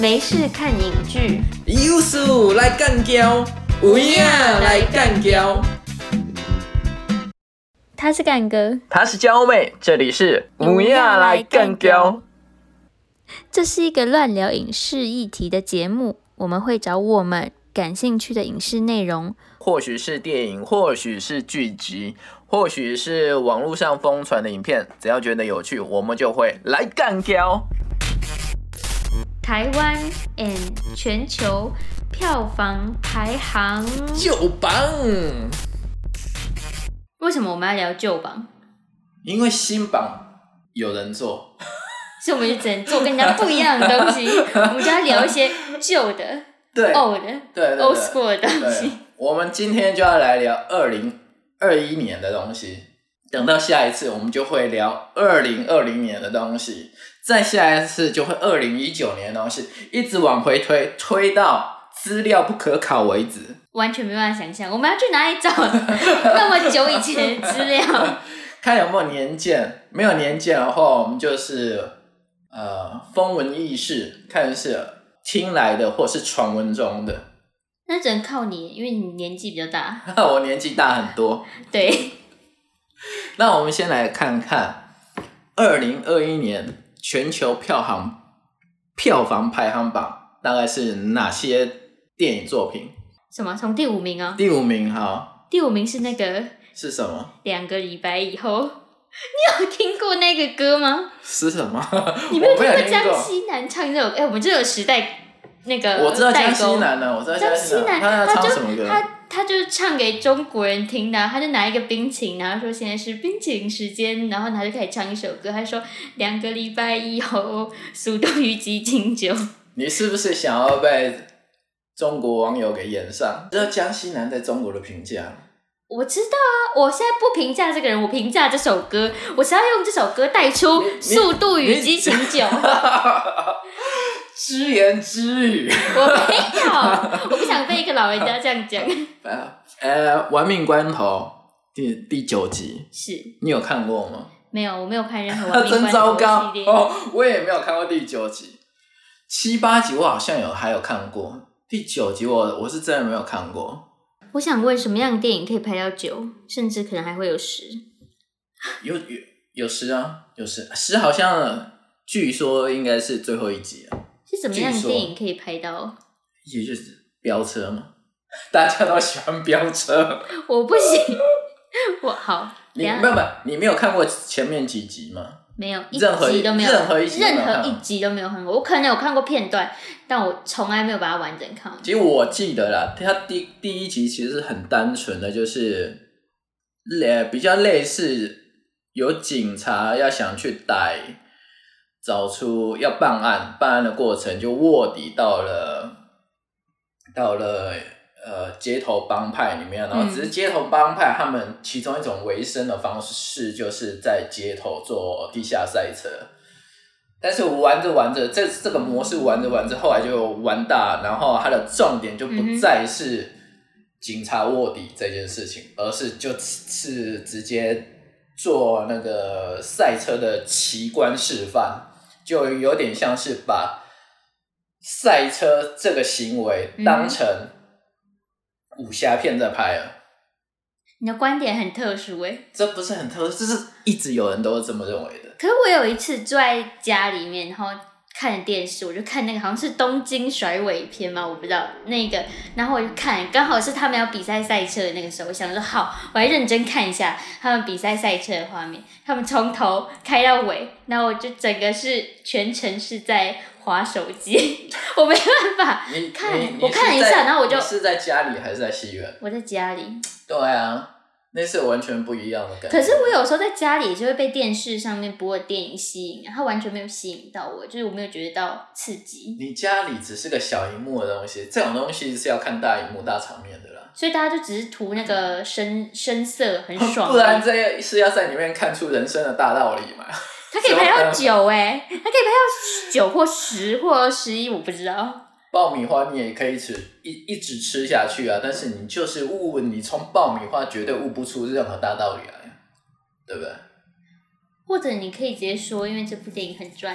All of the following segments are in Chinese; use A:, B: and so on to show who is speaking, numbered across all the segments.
A: 没事看影剧，
B: 有事来干胶，有影来干胶。
A: 他是干哥，
B: 她是娇妹，这里是有影来干胶。
A: 这是一个乱聊影视议题的节目，我们会找我们感兴趣的影视内容，
B: 或许是电影，或许是剧集，或许是网络上疯传的影片，只要觉得有趣，我们就会来干胶。
A: 台湾 and 全球票房排行。
B: 就棒！
A: 为什么我们要聊旧榜？
B: 因为新榜有人做，
A: 所以我们就只能做跟人家不一样的东 西，我们就要聊一些旧的、
B: 对
A: old 的、
B: 对对对
A: old school 的东
B: 对
A: 西。，
B: 我们今天就要来聊二零二一年的东西。等到下一次，我们就会聊二零二零年的东西，再下一次就会二零一九年的东西，一直往回推，推到资料不可考为止。
A: 完全没办法想象，我们要去哪里找那么久以前的资料？
B: 看有没有年鉴，没有年鉴的话，我们就是呃风闻轶事，看是听来的或是传闻中的。
A: 那只能靠你，因为你年纪比较大。
B: 我年纪大很多，
A: 对，
B: 那我们先来看看二零二一年全球票房票房排行榜，大概是哪些电影作品？
A: 什么？从第五名啊、
B: 第五名哈
A: 第五名是那个
B: 是什么？
A: 两个礼拜以后。 你有听过那个歌吗？
B: 是什么？
A: 你没
B: 我
A: 听
B: 没有
A: 过
B: 听
A: 江
B: 过
A: 西南唱这首？哎、我们这有时代那个
B: 我知道江西
A: 代沟
B: 南呢，我知道
A: 江西
B: 西
A: 南
B: 他要
A: 他
B: 唱
A: 就
B: 什么歌？
A: 他他就是唱给中国人听的啊，他就拿一个冰淇淋，然后说现在是冰淇淋时间，然后他就开始唱一首歌，他说两个礼拜以后，速冻与鸡精酒。
B: 你是不是想要被中国网友给演上？知道江西南在中国的评价？
A: 我知道啊，我现在不评价这个人，我评价这首歌，我是要用这首歌带出
B: 你
A: 速度与激情 酒。
B: 只言之语，
A: 我没有，我不想被一个老人家这样讲。
B: 呃呃，玩命关头第第九集，
A: 是
B: 你有看过吗？
A: 没有，我没有看任何
B: 他
A: 玩命
B: 真
A: 关
B: 糟
A: 头
B: 糕
A: 系列。
B: 哦！我也没有看过第九集，七八集我好像有还有看过，第九集我我是真的没有看过。
A: 我想问，什么样的电影可以拍到九，甚至可能还会有十？
B: 有有有十啊，有十十好像据说应该是最后一集啊，
A: 是怎么样的
B: 据说
A: 电影可以拍到？
B: 也就是飙车嘛， 大家都喜欢飙车。
A: 我不行，我好，
B: 你
A: 等一
B: 没
A: 下
B: 有没有，你没有看过前面几集吗？
A: 没有一
B: 任何一
A: 集都没有，
B: 任何一集都没有
A: 任何
B: 看
A: 一集都没有看过。我可能有看过片段，但我从来没有把它完整看完。
B: 其实我记得啦，它第第一集其实很单纯的，就是类比较类似有警察要想去逮，找出要办案，办案的过程就卧底到了到了呃街头帮派里面，然后
A: 嗯
B: 只是街头帮派他们其中一种维生的方式就是在街头做地下赛车。但是玩着玩着，这这个模式玩着玩着，后来就玩大，然后它的重点就
A: 嗯
B: 不
A: 哼
B: 再是警察卧底这件事情，而是就是直接做那个赛车的奇观示范，就有点像是把赛车这个行为当成武侠片在拍了。
A: 你的观点很特殊诶、欸
B: 这不是很特殊，这是一直有人都是这么认为的。
A: 可是我有一次坐在家里面，然后看着电视，我就看那个好像是《东京甩尾篇》嘛，我不知道那个，然后我就看，刚好是他们要比赛赛车的那个时候，我想说好，我来认真看一下他们比赛赛车的画面，他们从头开到尾，然后我就整个是全程是在划手机，我没办法，
B: 你
A: 看
B: 你
A: 我
B: 你
A: 看了
B: 是
A: 一
B: 在
A: 下然后我就
B: 你是在家里还是在戏院？
A: 我在家里，
B: 对啊，那是完全不一样的感觉。
A: 可是我有时候在家里就会被电视上面播的电影吸引，它完全没有吸引到我，就是我没有觉得到刺激。
B: 你家里只是个小荧幕的东西，这种东西是要看大荧幕、大场面的啦，
A: 所以大家就只是图那个深深色， 很 爽。啊
B: 不然这是要在里面看出人生的大道理嘛。
A: 它可以排到九哎、它可以排到九或十或二十一，我不知道。
B: 爆米花你也可以吃一一直吃下去啊，但是你就是悟，你从爆米花绝对悟不出任何大道理来，啊对不对？
A: 或者你可以直接说，因为这部电影很赚。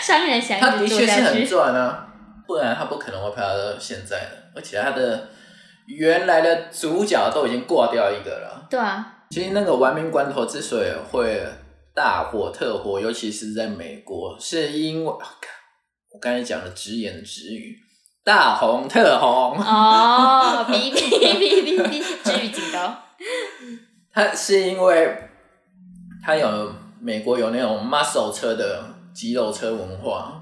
A: 商人想
B: 他
A: 一
B: 的
A: 直哎做
B: 确是
A: 下
B: 很
A: 去。
B: 赚啊，不然他不可能会拍到现在的。而且他的原来的主角都已经挂掉一个了。
A: 对啊，
B: 其实那个《玩命关头》之所以会大火特火，尤其是在美国，是因为啊干我刚才讲的直言直语，大红特红。
A: 哦，哔哔哔哔哔，治愈警告。
B: 它是因为它有美国有那种 muscle 车的肌肉车文化，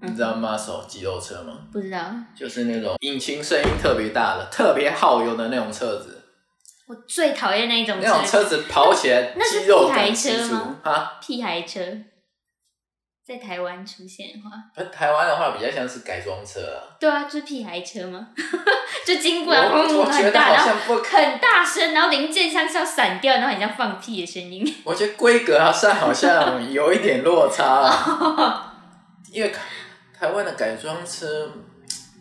A: 嗯
B: 你知道 muscle 肌肉车吗？
A: 不知道，
B: 就是那种引擎声音特别大的、特别耗油的那种车子，
A: 我最讨厌那一种
B: 那种车子跑起来
A: 那是
B: 肌肉
A: 屁孩
B: 感十
A: 车
B: 足
A: 吗
B: 啊！
A: 屁孩车，在台湾出现的话，
B: 可是台湾的话比较像是改装车啊，
A: 对啊，就是屁孩车吗？ 就经
B: 我
A: 过然后
B: 我
A: 轰
B: 觉
A: 很
B: 得
A: 大，
B: 好
A: 然后
B: 像不，
A: 很大声，然后零件像是要散掉，然后很像放屁的声音。
B: 我觉得规格好像 好像有一点落差了，因为台湾的改装车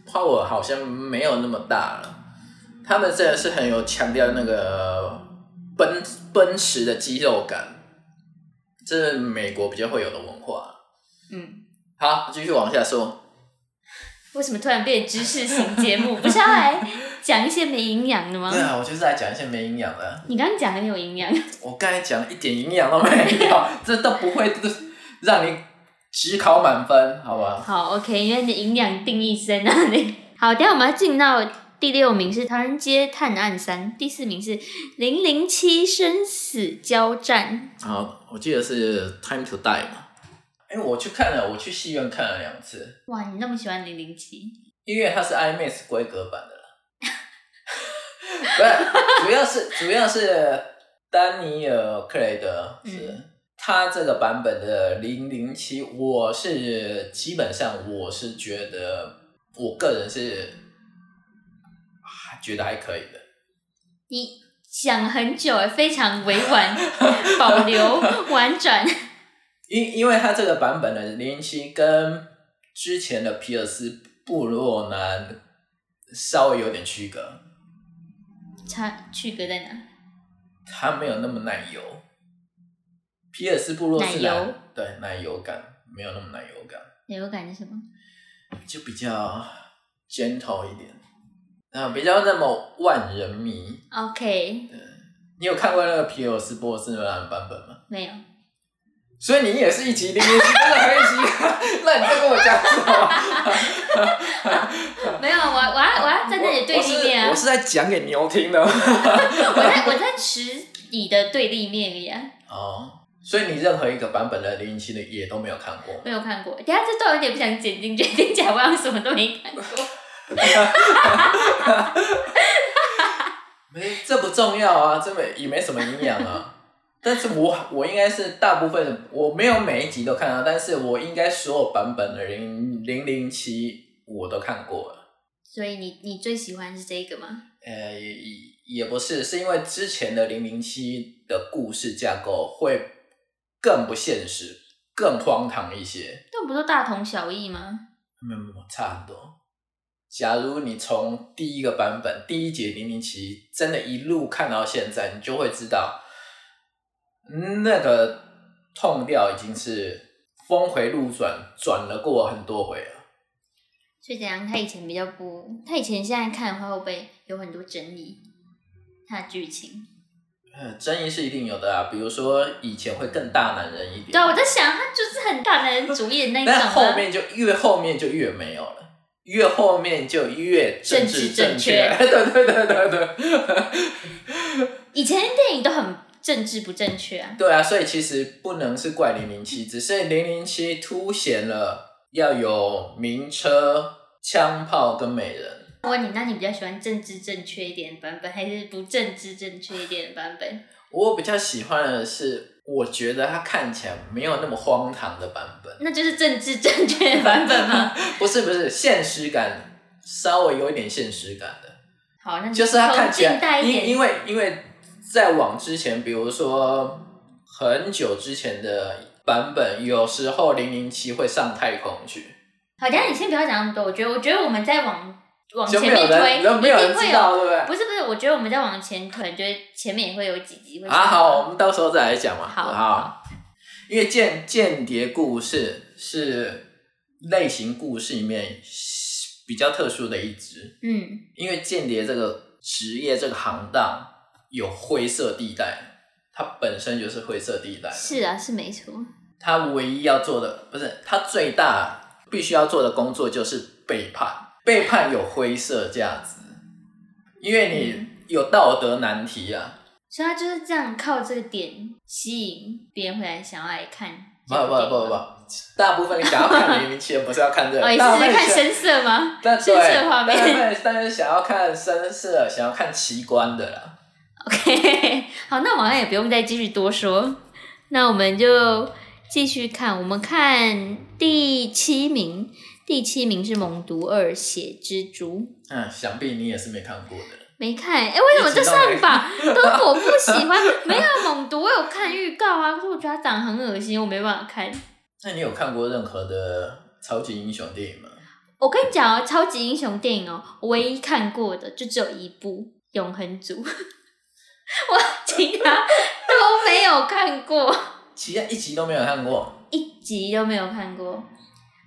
B: power 好像没有那么大了。他们真的是很有强调那个奔奔驰的肌肉感，这是美国比较会有的文化。
A: 嗯，
B: 好，继续往下说。
A: 为什么突然变知识型节目？不是要来讲一些没营养的吗
B: 对？啊，我就是在讲一些没营养的。
A: 你刚刚讲很有营养，
B: 我刚才讲一点营养都没有，这都不会让你只考满分，好吧？
A: 好，OK，因为你的营养定义是在那里。好，等一下我们要进到第六名是《唐人街探案三》，第四名是《零零七生死交战
B: 好，啊我记得是《Time to Die》嘛。哎、我去看了，我去戏院看了两次，》。
A: 哇，你那么喜欢零零七？
B: 因为它是 IMAX 规格版 的啦。不是，主要是主要是丹尼尔·克雷德是、
A: 嗯
B: 他这个版本的《零零七》，我是基本上我是觉得我个人是啊觉得还可以的。
A: 你讲很久哎，非常委婉、保留、婉转。
B: 因因为它这个版本的零零七跟之前的皮尔斯部落男稍微有点区隔，
A: 差区隔在哪？
B: 它没有那么奶油。皮尔斯部落是
A: 奶油
B: 对奶油感，没有那么奶油感，
A: 奶油感是什么？
B: 就比较 gentle 一点，啊，比较那么万人迷。
A: OK，
B: 你有看过那个皮尔斯波士兰版本吗？
A: 没有，
B: 所以你也是一集零零七，真的很一集， 那你在跟我讲什 么？
A: 没有，我我要我要站在你的对立面啊！
B: 我是我是在讲给牛听 的。
A: 我在我在持你的对立面而已啊，
B: 哦，所以你任何一个版本的零零七的也都没有看过吗，
A: 没有看过。等一下这段有点不想剪进去， 听起来我好像什么都没看过。
B: 没，这不重要啊，这没也没什么营养啊。 但是我我应该是大部分的我没有每一集都看到，但是我应该所有版本的零零零七我都看过了。
A: 所以你你最喜欢是这个吗？
B: 呃，也也也不是，是因为之前的零零七的故事架构会更不现实，更荒唐一些。
A: 那不都大同小异吗？
B: 没有没有没有，差很多。假如你从第一个版本第一节零零七真的一路看到现在，你就会知道，嗯那个痛调已经是峰回路转，转了过很多回了。
A: 所以怎样？他以前比较不，他以前现在看的话会不会有很多争议？他的剧情？
B: 呃，争议是一定有的啊，比如说以前会更大男人一点，
A: 对啊，我在想他就是很大男人主义的那一种、
B: 但
A: 啊。
B: 后面就越后面就越没有了。越后面就越政治
A: 政治正
B: 正
A: 确
B: 对对对对对。
A: 以前的电影都很政治不正确啊，
B: 对啊，所以其实不能是怪零零七，只是零零七凸显了要有名车、枪炮跟美人。
A: 我问你，那你比较喜欢政治正确一点的版本，还是不政治正确一点的版本？
B: 我比较喜欢的是，我觉得它看起来没有那么荒唐的版本，
A: 那就是政治正确的 版本吗？
B: 不是不是现实感，稍微有一点现实感的，
A: 好，那
B: 就是它看起
A: 嗯从近代
B: 来，
A: 一
B: 因
A: 点，
B: 因为因为在往之前，比如说很久之前的版本，有时候零零七会上太空去。
A: 好，等一下你先不要讲那么多，我觉得，我觉得我们再往往
B: 就
A: 前
B: 没有
A: 面推，
B: 人，
A: 一
B: 就
A: 定
B: 没有人
A: 会
B: 知道，对不对？
A: 不是不是，我觉得我们再往前推，就是前面也会有几集会
B: 啊，好，我们到时候再来讲嘛。
A: 好
B: 因为间间谍故事是类型故事里面比较特殊的一支，
A: 嗯，
B: 因为间谍这个职业这个行当有灰色地带，它本身就是灰色地带。
A: 是啊，是没错，
B: 他唯一要做的不是他最大必须要做的工作就是背叛，背叛有灰色价值，因为你
A: 嗯
B: 有道德难题啊。
A: 所以他就是这样靠这个点吸引别人回来想要来看
B: 不
A: 这部
B: 不
A: 电影吗。
B: 不不不，大部分你想要看零零七的不是要看这
A: 哦，
B: 个，
A: 也
B: 大部分
A: 是看
B: 想
A: 深色吗？
B: 但
A: 深色
B: 对，
A: 画
B: 但
A: 面。
B: 是但是想要看深色，想要看奇观的啦。
A: OK，好， 那我们好像也不用再继续多说，那我们就继续看，我们看第七名，第七名是《猛毒二：血蜘蛛》。
B: 嗯，想必你也是没看过的。
A: 没看、欸，哎、为什么这上榜都我不喜欢？没有猛毒，我有看预告啊，可是我觉得它长得很恶心，我没办法看。
B: 那你有看过任何的超级英雄电影吗？
A: 我跟你讲哦，超级英雄电影哦，我唯一看过的就只有一部《永恒族》， 我其他都没有看过，
B: 其他一集都没有看过。
A: 一集都没有看过。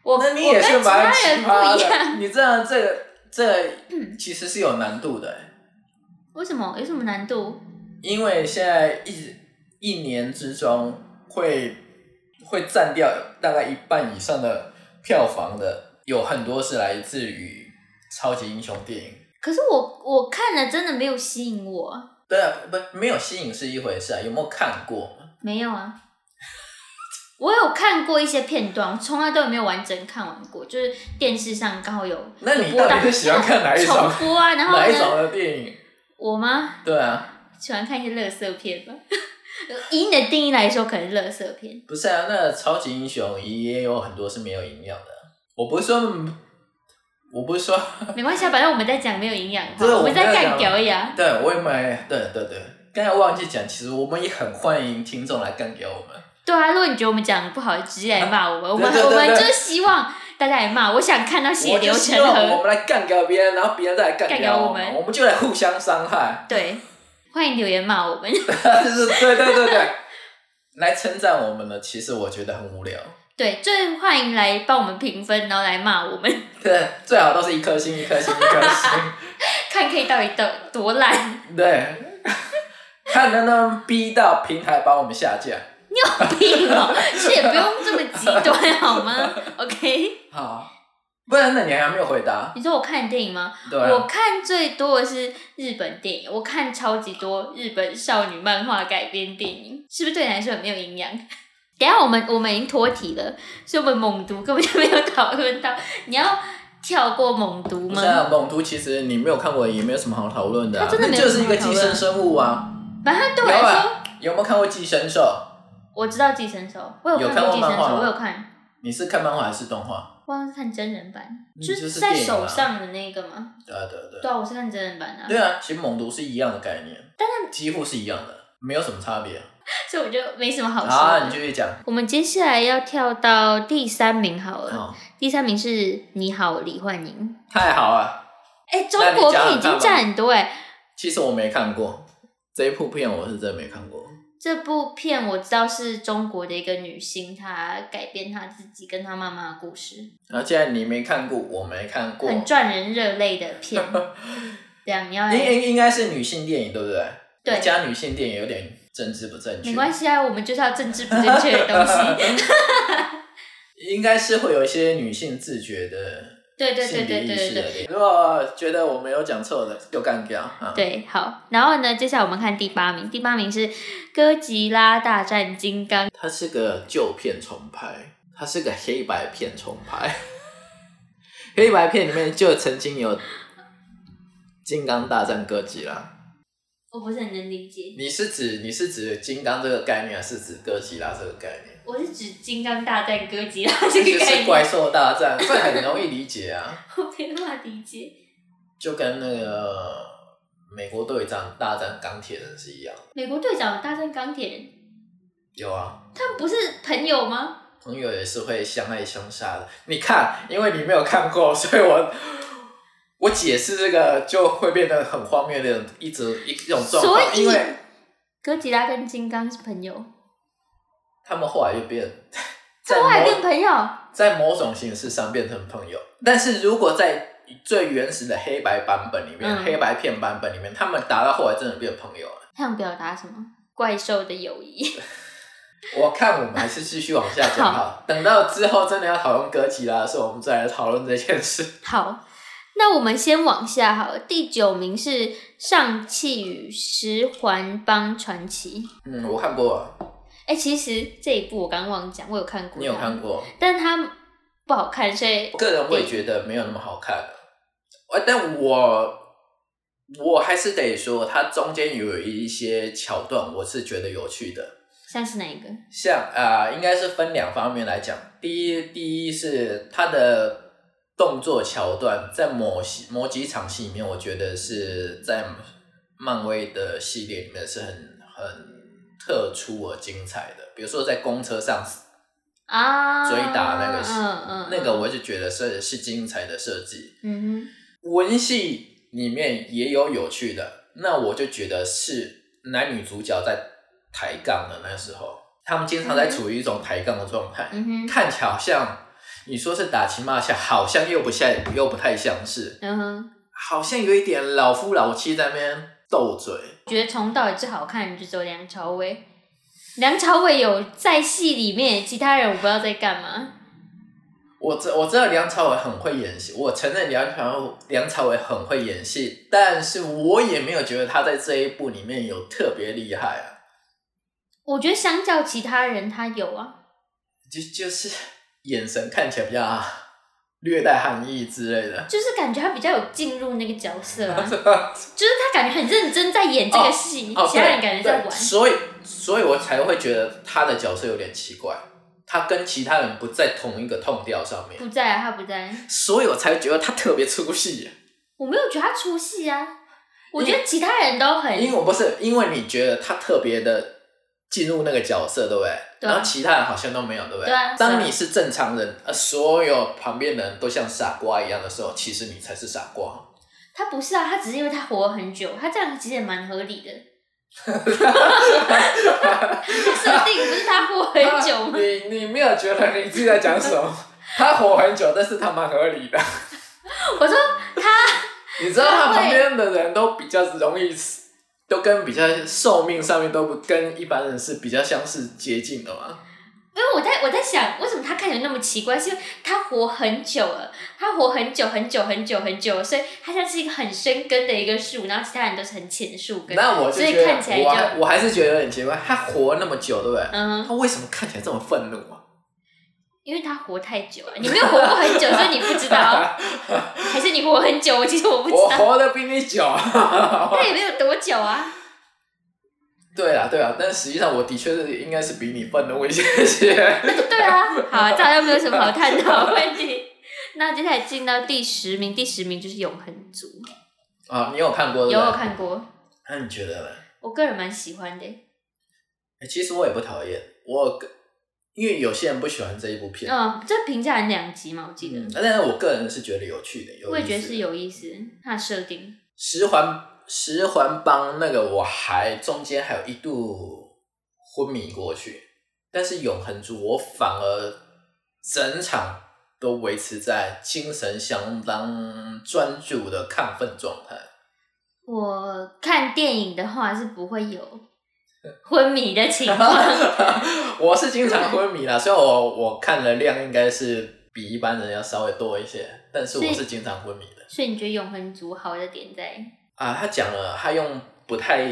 A: 我
B: 那你也是
A: 我跟其
B: 蛮
A: 他
B: 奇
A: 人
B: 葩
A: 不一样，嗯
B: 的，你这样这个这个其实是有难度的欸、
A: 为什么？有什么难度？
B: 因为现在一一年之中会会占掉大概一半以上的票房的，有很多是来自于超级英雄电影。
A: 可是我我看了真的没有吸引我啊，
B: 对啊，不没有吸引是一回事啊，有没有看过？
A: 没有啊。我有看过一些片段，我从来都没有完整看完过，就是电视上刚好有
B: 那你
A: 播
B: 到底是喜欢看哪一
A: 重
B: 种？
A: 播啊，然后
B: 哪一种
A: 呢，
B: 的电影？
A: 我吗？
B: 对啊，
A: 喜欢看一些乐色片吧。以你的定义来说，可能乐色片。
B: 不是啊，那超级英雄也有很多是没有营养的。我不是说，我不是说
A: 没关系啊，反正我们在讲没有营养的话，
B: 这个我
A: 们在
B: 们在讲
A: 干屌呀。
B: 对，我也没，对对对，刚才忘记讲，其实我们也很欢迎听众来干给我们。
A: 对啊，如果你觉得我们讲得不好，直接来骂我们。我们
B: 啊对对
A: 我
B: 对
A: 们
B: 对
A: 就是希望大家来骂。我想看到血
B: 我
A: 流
B: 就
A: 成
B: 希望我
A: 河。
B: 们来干掉别人，然后别人再来干
A: 干掉
B: 掉
A: 我们
B: 我们就来互相伤害。
A: 对，欢迎留言骂我们。
B: 就是对对对对，来称赞我们的，其实我觉得很无聊。
A: 对，最欢迎来帮我们评分，然后来骂我们，
B: 对，最好都是一颗星，一颗星，一颗星。
A: 看可以到底多多烂。
B: 对，看能不能逼到平台把我们下架。
A: 你有病哦、是也不用这么极端好吗？OK，
B: 好，不然那你还没有回答。
A: 你说我看电影吗？
B: 对啊，
A: 我看最多的是日本电影，我看超级多日本少女漫画改编电影，是不是对你来说很没有营养？ 等一下我们我们已经脱题了，所以我们猛读根本就没有讨论到。你要跳过猛读
B: 不
A: 吗
B: 是？啊，猛毒其实你没有看过，也没有什么好讨论的、啊。
A: 它真的没
B: 那
A: 有
B: 就是一个
A: 什么好
B: 寄
A: 讨论
B: 生生物啊。
A: 反正对我来
B: 有
A: 说，
B: 啊有没有看过《寄生兽》？
A: 我知道《寄生兽》，我有
B: 有
A: 看
B: 看
A: 过《
B: 过
A: 寄生
B: 漫
A: 兽
B: 画》，吗
A: 我有看，
B: 你是看漫画还是动画？
A: 我好像是看真人版，
B: 嗯
A: 就是
B: 就是
A: 在
B: 电影
A: 手
B: 啊
A: 上的那个嘛。
B: 对啊，对啊对啊
A: 对啊，我是看真人版的、啊，
B: 对啊，其实猛毒是一样的概念，但是几乎是一样的，没有什么差别。
A: 所以我就没什么好说的。
B: 啊，你继续讲。
A: 我们接下来要跳到第三名好了，
B: 哦，
A: 第三名是《你好，李焕英》。
B: 太好了。
A: 哎、中国
B: 那
A: 片已
B: 你讲
A: 经占很多哎、
B: 其实我没看过这一部片，我是真的没看过。
A: 这部片我知道是中国的一个女星，她改编她自己跟她妈妈的故事，
B: 然后既然你没看过，我没看过，
A: 很赚人热泪的 片。这样你要
B: 应
A: 来，
B: 应应该是女性电影，对不对？
A: 对
B: 加女性电影有点政治不正确。
A: 没关系啊，我们就是要政治不正确的东 西。
B: 应该是会有一些女性自觉的
A: 对对对
B: 性别
A: 对
B: 意
A: 对
B: 识啊
A: 对
B: 的
A: 对。
B: 电影。如果觉得我没有讲错的，就干掉啊！
A: 对，好，然后呢？接下来我们看第八名，第八名是《哥吉拉大战金刚》。
B: 它是个旧片重拍，它是个黑白片重拍。 黑白片里面就曾经有《金刚大战哥吉拉》。
A: 我不是很能理解，
B: 你是指你是指金刚这个概念，还是指哥吉拉这个概念？
A: 我是指《金刚大战哥吉拉》
B: 这
A: 这个
B: 就是
A: 概
B: 怪
A: 念，
B: 兽大战，这很容易理解啊，
A: 我没办法理解。
B: 就跟那个美国队长大战钢铁人是一样的。
A: 美国队长大战钢铁人，
B: 有啊，
A: 他们不是朋友吗？
B: 朋友也是会相爱相杀的。你看，因为你没有看过， 所以我我解释这个就会变得很荒谬的一直一种状
A: 所
B: 况，
A: 以
B: 因为
A: 哥吉拉跟金刚是朋友，
B: 他们后来就变
A: 他
B: 在
A: 们后来
B: 某
A: 变朋友，
B: 在某种形式上变成朋友。但是如果在最原始的黑白版本里面，
A: 嗯
B: 黑白片版本里面，他们打到后来真的变朋友了。
A: 他想表达什么？怪兽的友 谊，
B: 我看我们还是继续往下讲哈，等到之后真的要讨论哥吉拉的时候，我们再来讨论这件事。
A: 好，那我们先往下好了。第九名是上汽与十环帮传奇。
B: 嗯，我看过啊，
A: 哎、其实这一部我刚忘讲，我有看过。
B: 你有看？过？
A: 但它不好看，所以
B: 个人会觉得没有那么好看、啊，呃但我我还是得说，它中间有一些桥段，我是觉得有趣的。
A: 像是哪一个？
B: 像啊、应该是分两方面来讲。第一，第一是他的动作桥段，在某戏某几场戏里面，我觉得是在漫威的系列里面是很很特殊而精彩的。比如说在公车上
A: 啊，
B: 追打那个戏
A: 嗯嗯，
B: 那个，我就觉得是是精彩的设计。
A: 嗯
B: 文戏里面也有有趣的，那我就觉得是男女主角在抬杠的那时候，他们经常
A: 嗯
B: 在处于一种抬杠的状态
A: 哼，，嗯哼，
B: 看起来好像你说是打情骂俏，好像又不像又不太像是，
A: 嗯哼，
B: 好像有一点老夫老妻在那边斗嘴。
A: 我觉得从头到尾最好看的就只有梁朝伟。梁朝伟有在戏里面，其他人我不知道在干嘛。
B: 我知我知道梁朝伟很会演戏，我承认梁朝梁朝伟很会演戏，但是我也没有觉得他在这一部里面有特别厉害啊。
A: 我觉得相较其他人，他有啊，
B: 就就是眼神看起来比较啊略带含义之类的。
A: 就是感觉他比较有进入那个角色 啊，就是他感觉很认真在演这个戏，
B: 哦，
A: 其他人
B: 对，
A: 感觉在
B: 对
A: 玩。
B: 所以所以我才会觉得他的角色有点奇怪，他跟其他人不在同一个痛调上面，
A: 不在啊，他不在，
B: 所以我才觉得他特别出戏。
A: 我没有觉得他出戏啊，我觉得其他人都很
B: 因为我不是因为你觉得他特别的进入那个角色，对不对？
A: 对啊
B: 然后其他人好像都没有，对不对？
A: 对啊
B: 当
A: 是啊
B: 你是正常人，呃，所有旁边的人都像傻瓜一样的时候，其实你才是傻瓜。
A: 他不是啊，他只是因为他活了很久，他这样其实也蛮合 理的。设定不是他活很 久吗？
B: 你你没有觉得你自己在讲什 么？他火很久，但是他蛮合理的。
A: 我说
B: 你知道他旁边的人都比较容易死，都跟比较寿命上面都不跟一般人是比较相似接近的嘛。
A: 因为我在我在想，为什么他看起来那么奇怪？是因为他活很久了，他活很久很久很久很久了，所以他像是一个很深根的一个树，然后其他人都是很浅树根，
B: 那我就
A: 所以
B: 觉
A: 看起来
B: 得，我还
A: 就
B: 我还是觉得有点奇怪，他活那么久，对不对？
A: 嗯，
B: 他为什么看起来这么愤怒啊？
A: 因为他活太久了，你没有活过很久，所以你不知道， 还是你活很久？我其实我不知
B: 我
A: 道，
B: 活得比你久。
A: 他也没有多久啊。
B: 对啦，对啦，但实际上我的确是应该是比你愤怒一些些。
A: 对 啊，好，这好像没有什么好探讨的问题。那接下来进到第十名，第十名就是《永恒族》，
B: 啊，你有看过？对
A: 有
B: 不
A: 我
B: 对
A: 看过，
B: 那你觉得呢？
A: 我个人蛮喜欢的。
B: 欸其实我也不讨厌，我个因为有些人不喜欢这一部片，
A: 嗯，这评价很两极嘛，我记得，
B: 嗯但是我个人是觉得有趣的，有
A: 我也觉得是
B: 有
A: 有意思，它的设定。
B: 十环十环帮那个，我还中间还有一度昏迷过去，但是永恒族我反而整场都维持在精神相当专注的亢奋状态。
A: 我看电影的话是不会有 昏迷的情况，
B: 我是经常昏迷啦，虽然我我看的量应该是比一般人要稍微多一些，但是
A: 所
B: 我
A: 以
B: 是经常昏迷的。
A: 所以你觉得《永恒族》好的点在？
B: 啊，他讲了，他用不太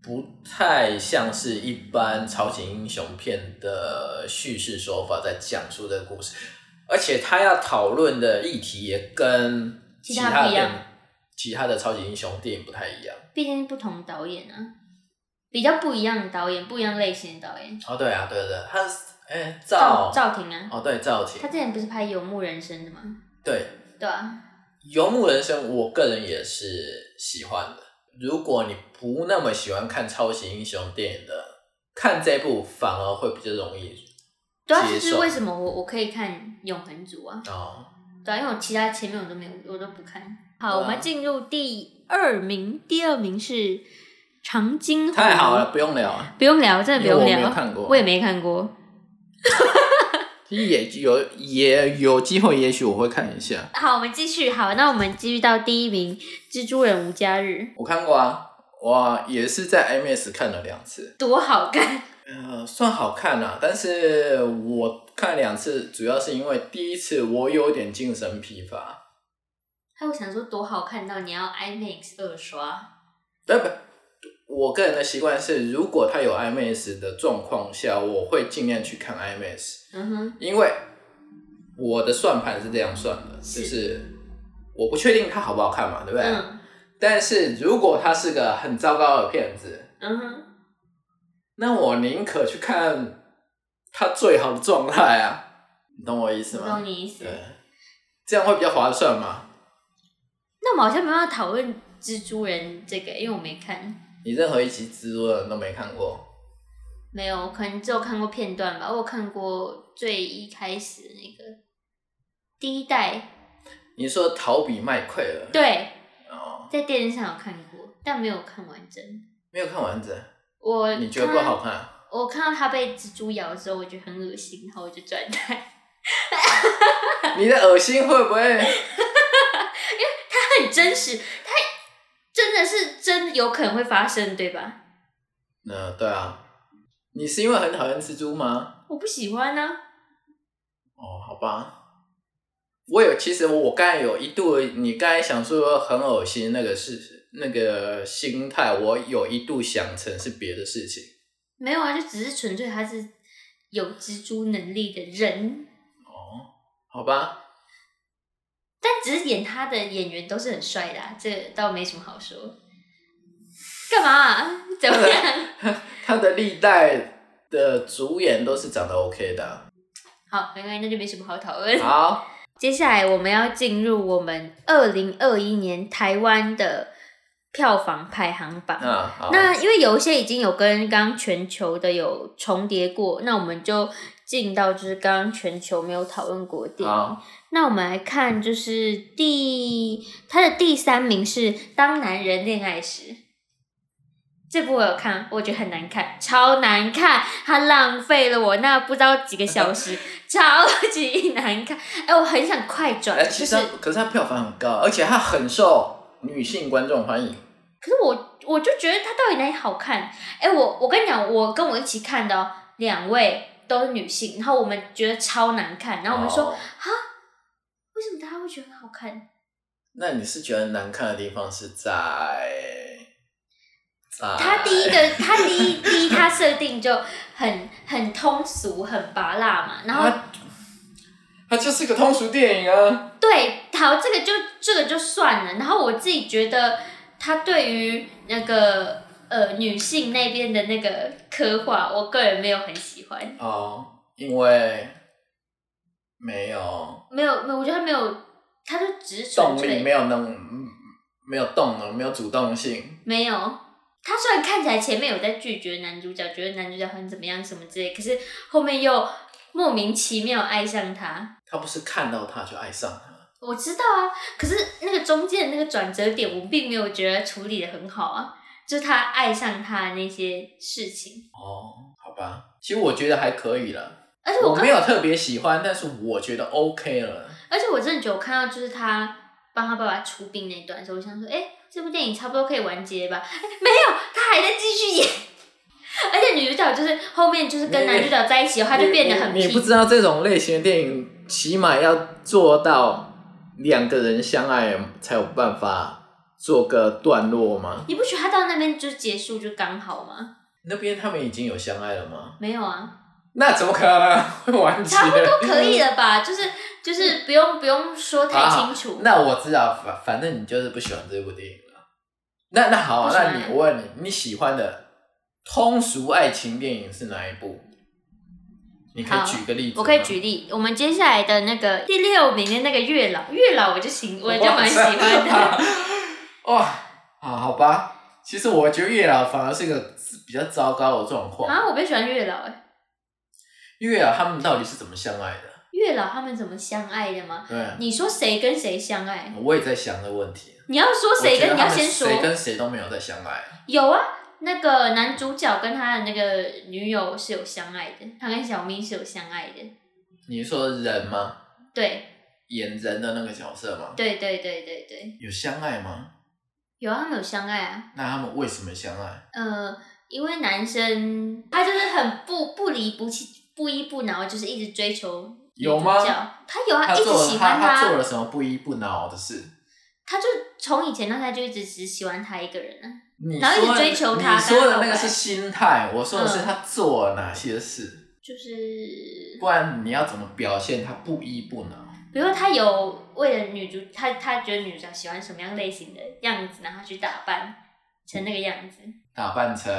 B: 不太像是一般超级英雄片的叙事手法在讲述这个故事，而且他要讨论的议题也跟
A: 其
B: 其
A: 他
B: 他
A: 不一样
B: 的其他的超级英雄电影不太一样。
A: 毕竟是不同导演啊，比较不一样的导演，不一样类型的导演。
B: 哦，对啊，对对对，他是哎
A: 赵
B: 赵
A: 赵婷啊，
B: 哦对赵婷
A: 他之前不是拍《游牧人生》的吗？
B: 对
A: 对啊，
B: 《游牧人生》，我个人也是喜欢的。如果你不那么喜欢看超级英雄电影的，看这部反而会比较容易
A: 对啊，
B: 接
A: 就是
B: 受
A: 为什么我我可以看《永恒族》啊？
B: 哦。
A: 对啊，因为我其他前面我都没有，我都不看。好，
B: 对啊
A: 我们进入第二名，第二名是《长津湖》。
B: 太好了，，不用聊了。
A: 不用聊，真的不
B: 因为
A: 用聊，
B: 我没有看过
A: 我也没看过。
B: 其实也有也有机会，也许我会看一下。
A: 好，我们继续。好，那我们继续到第一名，《蜘蛛人无家日
B: 我看过啊，我也是在 IMAX 看了两次》，，
A: 多好看！
B: 呃，算好看啦、但是我看两次，主要是因为第一次我有点精神疲乏，
A: 还有想说多好看到你要 IMAX 二刷，
B: 呃不，我个人的习惯是，如果它有 IMAX 的状况下，我会尽量去看 IMAX。
A: 嗯哼，
B: 因为我的算盘是这样算的，
A: 是
B: 就是我不确定它好不好看嘛，对不对？
A: 嗯
B: 但是如果它是个很糟糕的片子，
A: 嗯哼，
B: 那我宁可去看它最好的状态啊，你懂我意思
A: 我
B: 吗
A: 懂？你意思
B: 对。，这样会比较划算嘛？
A: 那我们好像没办法讨论蜘蛛人这个，因为我没看，
B: 你任何一集蜘蛛人都没看过，
A: 没有，可能只有看过片段吧。我有看过最一开始那个第一代，
B: 你说逃避麦奎尔，
A: 对，
B: 哦，
A: 在电视上有看过，但没有看完整。
B: 没有看完整，
A: 我
B: 你觉得
A: 看
B: 不好看？啊
A: 我看到他被蜘蛛咬的时候，我觉得很恶心，然后我就转台。
B: 你的恶心会不会？
A: 他很真实，他真的是真有可能会发生，对吧？
B: 嗯，对啊，你是因为很讨厌蜘蛛吗？
A: 我不喜欢呢、啊。
B: 哦，好吧。我有，其实我刚才有一度，你刚才想说很恶心那个事，那个心态，我有一度想成是别的事情。
A: 没有啊，就只是纯粹他是有蜘蛛能力的人，
B: 哦，好吧，
A: 但只是演他的演员都是很帅的、啊，这倒没什么好说。干嘛啊、怎么样？
B: 他的历代的主演都是长得 OK 的啊。
A: 好，没关系，那就没什么好讨论。
B: 好，
A: 接下来我们要进入我们二零二一年台湾的票房排行榜。
B: 那好，
A: 那因为有一些已经有跟刚刚全球的有重叠过，那我们就进到就是刚刚全球没有讨论过的电影。
B: 好，
A: 那我们来看，就是第它的第三名是《当男人恋爱时》。这部我有看，我觉得很难看，超难看，它浪费了我那不知道几个小 时，超级难看。哎、我很想快转，
B: 哎，
A: 就
B: 其
A: 是
B: 实它可是他票房很高，而且他很受女性观众欢迎。
A: 可是我我就觉得它到底哪里好看？哎、我我跟你讲，我跟我一起看的哦两、位都是女性，然后我们觉得超难看，然后我们说、
B: 哦，
A: 为什么大家会觉得很好看？
B: 那你是觉得难看的地方是在？在
A: 它第一个，它第一第一它设定就很很通俗，很拔辣嘛，然后、
B: 它它就是个通俗电影啊。
A: 对，好，这个就这个就算了。然后我自己觉得，他对于那个呃女性那边的那个刻画，我个人没有很喜欢，
B: 哦，因为没有
A: 没有没有，我觉得他没有，他就只是纯
B: 动
A: 粹
B: 力，没有那种嗯没有动能，没有主动性。
A: 没有，他虽然看起来前面有在拒绝男主角，觉得男主角很怎么样什么之类，可是后面又莫名其妙爱上他。
B: 他不是看到他就爱上他，
A: 我知道啊，可是那个中间的那个转折点，我并没有觉得处理的很好啊，就是他爱上他的那些事情，
B: 哦好吧？其实我觉得还可以了，
A: 而且哎
B: 我
A: 我刚
B: 没，有特别喜欢，但是我觉得 OK 了。
A: 而且我真的觉得我看到就是他帮他爸爸出殡那一段的时候，我想说，哎、这部电影差不多可以完结吧？哎没有，他还在继续 演。而且女主角就是后面就是跟
B: 你
A: 男主角在一起后，他就变得很
B: 你你你不
A: 痞
B: 知道这种类型的电影，起码要做到两个人相爱才有办法做个段落吗？
A: 你不觉得他到那边就结束就刚好吗？
B: 那边他们已经有相爱了吗？
A: 没有啊，
B: 那怎么可能啊 会完 结？
A: 差不多可以了吧？就是就是不用不用说太清楚。
B: 那我知道，反反正你就是不喜欢这部电影了。那那好、啊
A: 不喜欢
B: 那你我问你，你喜欢的通俗爱情电影是哪一部？你可以
A: 好
B: 举个例子，
A: 我可以。举例，我们接下来的那个第六名的那个月老，月老我就行，我就蛮喜欢的。
B: 哇啊，好吧。其实我觉得月老反而是一个比较糟糕的状况。
A: 啊，我不喜欢月老哎、
B: 月老他们到底是怎么相爱的？
A: 月老他们怎么相爱的吗？
B: 对，啊
A: 你说谁跟谁相爱？
B: 我也在想这个问题。
A: 你要说谁
B: 我觉
A: 跟
B: 得
A: 你
B: 他
A: 要
B: 们
A: 先说
B: 谁跟谁都没有在相爱。
A: 有啊，那个男主角跟他的那个女友是有相爱的，他跟小咪是有相爱的。
B: 你说人吗？
A: 对
B: 演人的那个角色吗？
A: 对对对对对，
B: 有相爱吗？
A: 有啊，他们有相爱啊，
B: 那他们为什么相爱？
A: 呃，因为男生他就是很不不离不弃、不依不挠，就是一直追求女
B: 有
A: 主
B: 吗
A: 角他有啊，
B: 他
A: 一直
B: 做
A: 喜
B: 了他
A: 欢
B: 他做了什么不依不挠的事？
A: 他就从以前到现在就一直只喜欢他一个人啊。
B: 你
A: 然后一直
B: 说的
A: 追求他
B: 你说的那
A: 跟
B: 个
A: 他告白
B: 是心态，我说的是
A: 嗯
B: 他做了哪些事，
A: 就是，
B: 不然你要怎么表现他不依不挠？
A: 比如说他有为了女主，他他觉得女主角喜欢什么样类型的样子，然后去打扮成那个样子，
B: 打扮成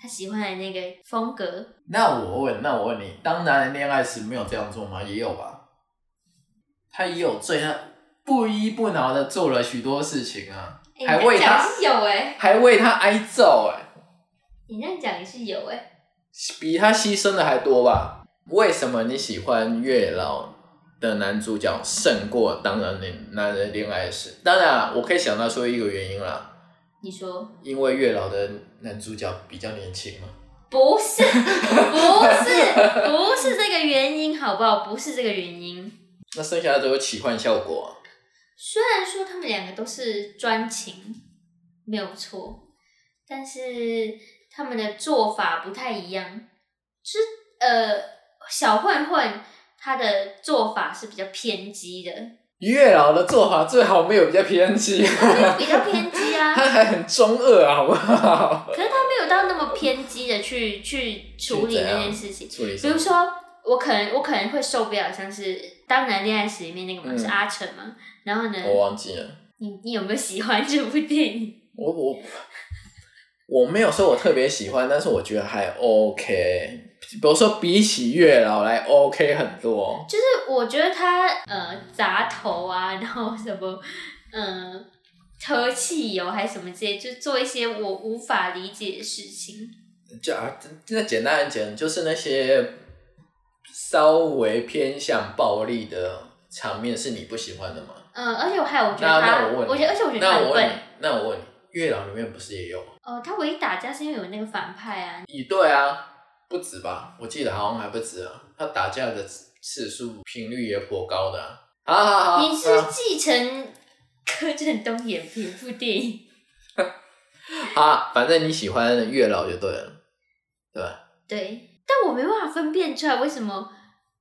A: 他喜欢的那个风格。
B: 那我问，那我问你，当男人恋爱时没有这样做吗？也有吧，他也有最他不依不挠的做了许多事情啊，
A: 哎
B: 还
A: 你
B: 为
A: 这样
B: 他
A: 讲是有哎、
B: 还为他挨揍哎、
A: 你这样讲也是有哎、
B: 比他牺牲的还多吧？为什么你喜欢月老的男主角胜过当然恋男人恋爱时？当然啊，我可以想到说一个原因啦，
A: 你说
B: 因为月老的男主角比较年轻嘛。
A: 不是，不是，不是这个原因，好不好？不是这个原因。
B: 那剩下的都有奇幻效果、啊，
A: 虽然说他们两个都是专情，没有错，但是他们的做法不太一样。就是呃，小混混他的做法是比较偏激的，
B: 月老的做法最好没有比较偏激，
A: 比较偏激 啊。
B: 他还很中二啊，好不好？
A: 可是他没有到那么偏激的去去处理
B: 去怎
A: 那
B: 样
A: 件事情。
B: 处理
A: 比如说，我可能我可能会受不了，像是《当男恋爱时》里面那个嘛，
B: 嗯哦
A: 是阿成嘛。然后呢，
B: 我忘记了，
A: 你你有没有喜欢这部电影？
B: 我我我没有说我特别喜欢，但是我觉得还 OK。比如说比起月老来 OK 很多，
A: 就是我觉得他呃砸头啊，然后什么呃喝汽油还是什么之类，就做一些我无法理解的事情。
B: 就啊，那简单一点，就是那些稍微偏向暴力的场面是你不喜欢的吗？
A: 嗯、而且我还有我觉
B: 那
A: 得他，
B: 那我问你，
A: 觉得而且我觉得他
B: 那我
A: 很
B: 问
A: 笨
B: 你。，那我问你，月老里面不是也有吗？
A: 哦，他唯一打架是因为有那个反派啊，
B: 也对啊，不止吧？我记得好像还不止啊。他打架的次数频率也颇高的、啊。好好好，
A: 你是
B: 啊
A: 继承柯震东演的一部电影。
B: 好啊，反正你喜欢月老就对了，对吧？
A: 对，但我没办法分辨出来为什么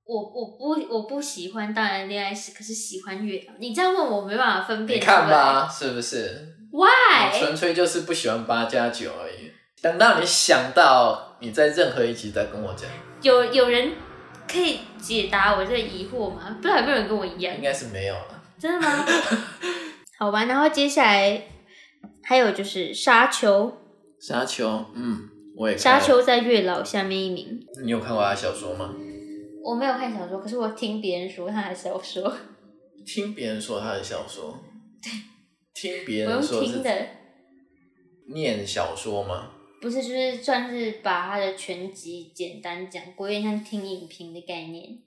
A: 我我不我不喜欢当然恋爱时，可是喜欢月亮。你这样问我没办法分
B: 你
A: 辨出
B: 看
A: 来。
B: 吧，是不是？你
A: Why？
B: 纯粹就是不喜欢八加九而已。等到你想到，你在任何一集再跟我讲，
A: 有有人可以解答我这个疑惑吗？不知道有没有人跟我一样
B: 应？该是没有了。
A: 真的吗？ 好吧，然后接下来还有就是沙丘，
B: 沙丘，嗯，我也
A: 沙
B: 看过，
A: 丘在月老下面一名。
B: 你有看过他的小说吗？
A: 我没有看小说，可是我听别人说他的小说，
B: 听别人说他的小说，听别
A: 我
B: 人
A: 用
B: 说
A: 听
B: 是
A: 的，
B: 念小说吗？
A: 不是，就是算是把他的全集简单讲过，有点像听影评的概 念。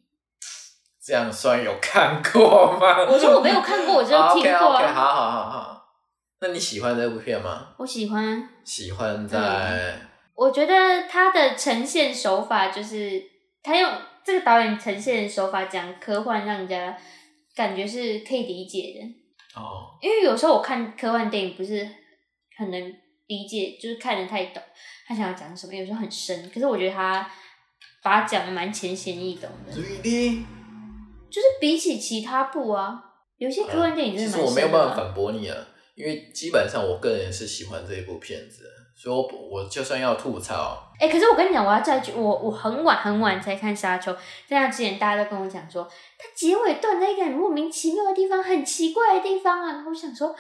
B: 这样算有看过吗？
A: 我说我 没有看过，我只有听过
B: o k o k
A: 啊。
B: 好好好好。那你喜欢这部片吗？
A: 我喜欢，
B: 喜欢在
A: 我觉得他的呈现手法就是他用这个导演呈现的手法讲科幻，让人家感觉是可以理解的。
B: 哦，
A: 因为有时候我看科幻电影不是很能理解，就是看得太懂他想要讲什么，有时候很深。可是我觉得他把它讲的蛮浅显易懂的。
B: 注意力。
A: 就是比起其他部啊，有些科幻电影
B: 其
A: 真的
B: 实
A: 蛮
B: 我没有
A: 深的
B: 办
A: 嘛
B: 法反驳你啊，因为基本上我个人是喜欢这一部片子，所以我不我就算要吐槽，
A: 哎、可是我跟你讲，我要再去，我我很晚很晚才看《沙丘》，在那之前大家都跟我讲说，它结尾断在一个很莫名其妙的地方，很奇怪的地方啊。然后我想说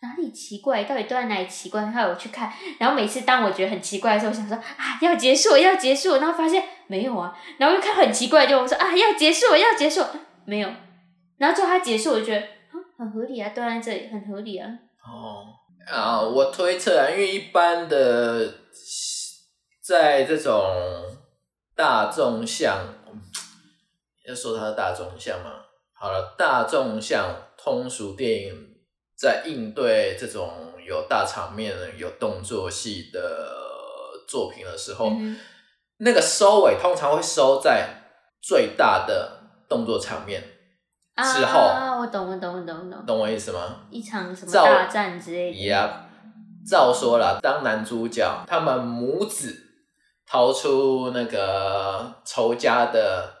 A: 哪里奇怪，到底断在哪里奇怪？后来我去看，然后每次当我觉得很奇怪的时候，我想说啊要结束了要结束了，然后发现没有啊，然后又看很奇怪的地方，我说啊要结束了要结束了没有，然后最后它结束，我就觉得。嗯很合理啊，断在这里很合理啊。
B: 哦啊，我推测啊，因为一般的在这种大众向，嗯要说它是大众向嘛，好了，大众向通俗电影在应对这种有大场面、有动作戏的作品的时候，
A: 嗯哼
B: 那个收尾通常会收在最大的动作场面，
A: 啊
B: 之后
A: 我懂，我懂，我懂，我懂，
B: 懂我意思吗？
A: 一场什么
B: 造
A: 大战之类的。
B: Yep，照说了，当男主角他们母子逃出那个仇家的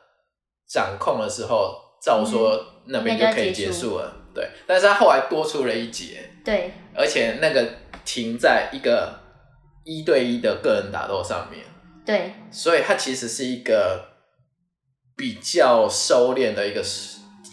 B: 掌控的时候，照说那边就可以嗯结束了。对，但是他后来多出了一节，
A: 对，
B: 而且那个停在一个一对一的个人打斗上面，
A: 对，
B: 所以它其实是一个比较收敛的一个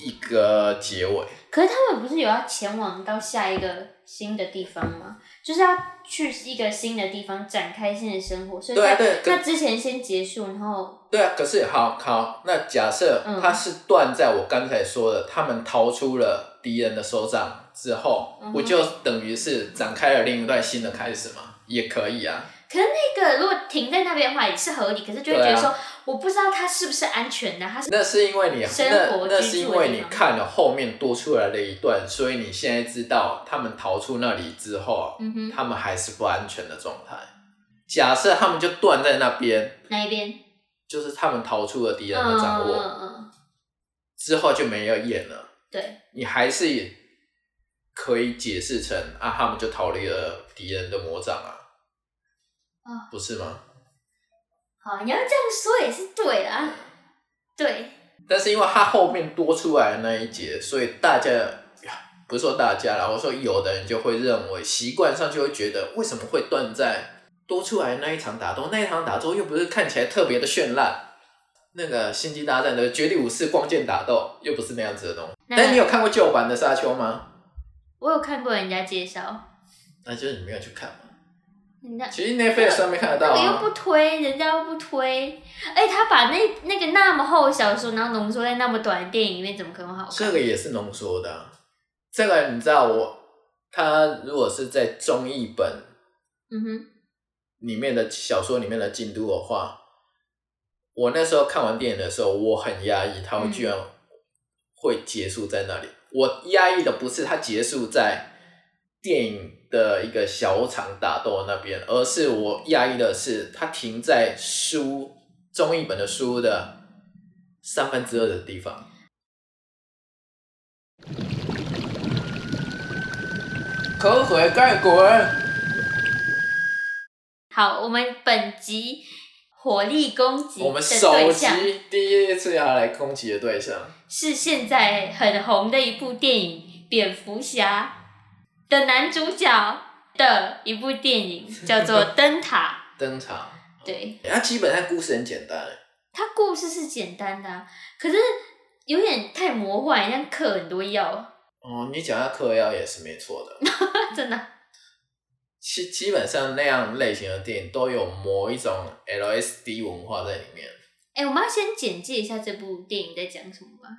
B: 一个结尾。
A: 可是他们不是有要前往到下一个新的地方吗？就是要去一个新的地方展开新的生活，所以
B: 对啊
A: 在
B: 对可
A: 那之前先结束，然后
B: 对啊，可是好好，那假设
A: 嗯
B: 他是断在我刚才说的，他们逃出了敌人的手掌之后，
A: 嗯哼
B: 不就等于是展开了另一段新的开始吗？也可以啊，
A: 可是那个如果停在那边的话也是合理，可是就会觉
B: 对啊
A: 得说，我不知道它是不是安全的，它是
B: 那是因为你
A: 生
B: 那
A: 活
B: 那
A: 居
B: 是因
A: 住的
B: 为
A: 地
B: 你
A: 方
B: 看了后面多出来的一段，所以你现在知道他们逃出那里之后，
A: 嗯哼
B: 他们还是不安全的状态。假设他们就断在那边，
A: 哪一边？
B: 就是他们逃出了敌人
A: 嗯
B: 的
A: 嗯
B: 掌握、
A: 嗯嗯，
B: 之后就没有演了。
A: 对，
B: 你还是可以解释成啊，他们就逃离了敌人的魔掌啊，
A: 啊
B: 不是吗？
A: 好，你要这样说也是对啦，对，
B: 但是因为他后面多出来的那一节，所以大家呀不是说大家啦，我说有的人就会认为习惯上就会觉得为什么会断在多出来的那一场打斗，那一场打斗又不是看起来特别的绚烂。那个《星际大战》的绝地武士光剑打斗又不是那样子的东西。
A: 那
B: 但你有看过旧版的《沙丘》吗？
A: 我有看过人家介绍，
B: 那就是你没有去看嘛。
A: 那
B: 其实 Netflix 上面看得到
A: 那
B: 啊。
A: 个又不推，人家又不推，哎、他把那那个那么厚的小说，然后浓缩在那么短的电影里面，怎么可能好看？
B: 这个也是浓缩的啊、这个你知道我，他如果是在中译本
A: 嗯哼，
B: 里面的小说里面的进度的话，我那时候看完电影的时候，我很压抑，它会
A: 嗯
B: 居然会结束在那里。我压抑的不是它结束在电影的一个小场打斗那边，而是我压抑的是它停在书中译本的书的三分之二的地方。可毁盖国人。
A: 好，我们本集火力攻击
B: 我们
A: 的
B: 首
A: 对象
B: 集第一次要来攻击的对象，
A: 是现在很红的一部电影《蝙蝠侠》的男主角的一部电影，叫做 《灯塔
B: 登场。》。
A: 对，
B: 欸它基本上故事很简单，
A: 它故事是简单的啊、可是有点太魔幻，像嗑很多药，
B: 哦，你讲它嗑药也是没错的。
A: 真的。
B: 基基本上那样类型的电影都有某一种 LSD 文化在里面，
A: 哎、我们要先简介一下这部电影在讲什么吧。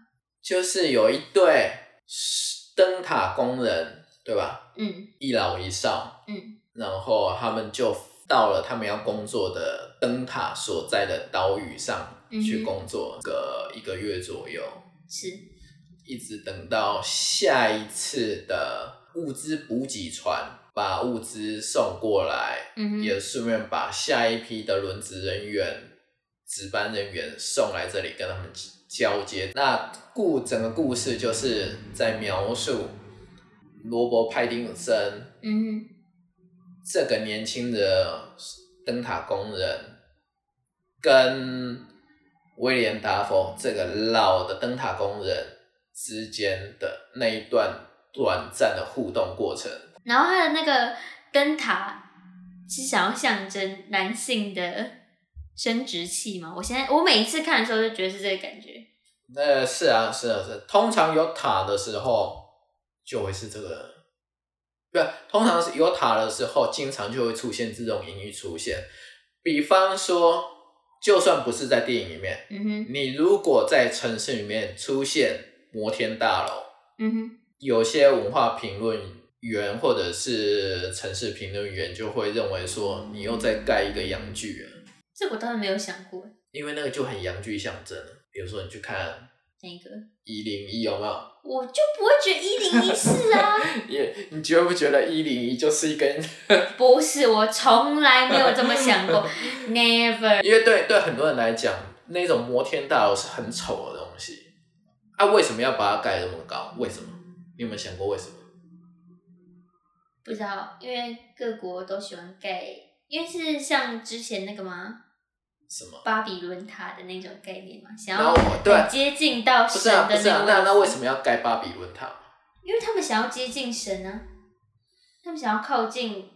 B: 就是有一对灯塔工人，对吧？
A: 嗯
B: 一老一少，
A: 嗯，
B: 然后他们就到了他们要工作的灯塔所在的岛屿上
A: 嗯哼
B: 去工作，个一个月左右。
A: 是，
B: 一直等到下一次的物资补给船把物资送过来，
A: 嗯哼，
B: 也顺便把下一批的轮值人员、值班人员送来这里跟他们交接。那故整个故事就是在描述罗伯·派丁森
A: 嗯
B: 这个年轻的灯塔工人跟威廉达佛这个老的灯塔工人之间的那一段短暂的互动过程。
A: 哼，然后它的那个灯塔是想要象征男性的生殖器嘛？我现在我每一次看的时候就觉得是这个感觉。
B: 那是啊，是啊，是啊通常有塔的时候就会是这个，不，通常是有塔的时候，经常就会出现这种隐喻出现。比方说，就算不是在电影里面，
A: 嗯哼，
B: 你如果在城市里面出现摩天大楼，
A: 嗯哼，
B: 有些文化评论员或者是城市评论员就会认为说，你又在盖一个洋剧了，
A: 这我倒是没有想过
B: 因为那个就很洋剧象征了。比如说你去看
A: 那个，
B: 一零一有没有？
A: 我就不会觉得一零一是啊，
B: 也你觉不觉得一零一就是一 根？
A: 不是，我从来没有这么想过 ，never。
B: 因为对对很多人来讲，那种摩天大楼是很丑的东西。啊，为什么要把它盖得那么高？为什么？你有没有想过为什么？
A: 不知道，因为各国都喜欢盖，因为是像之前那个吗？
B: 什么？
A: 巴比伦塔的那种概念嘛，想
B: 然
A: 要
B: 后我对啊，
A: 很接近到
B: 不是
A: 神
B: 啊，
A: 的
B: 不是啊，
A: 个
B: 那
A: 位
B: 那为
A: 置
B: 什么要盖巴比伦塔？
A: 因为他们想要接近神啊，他们想要靠近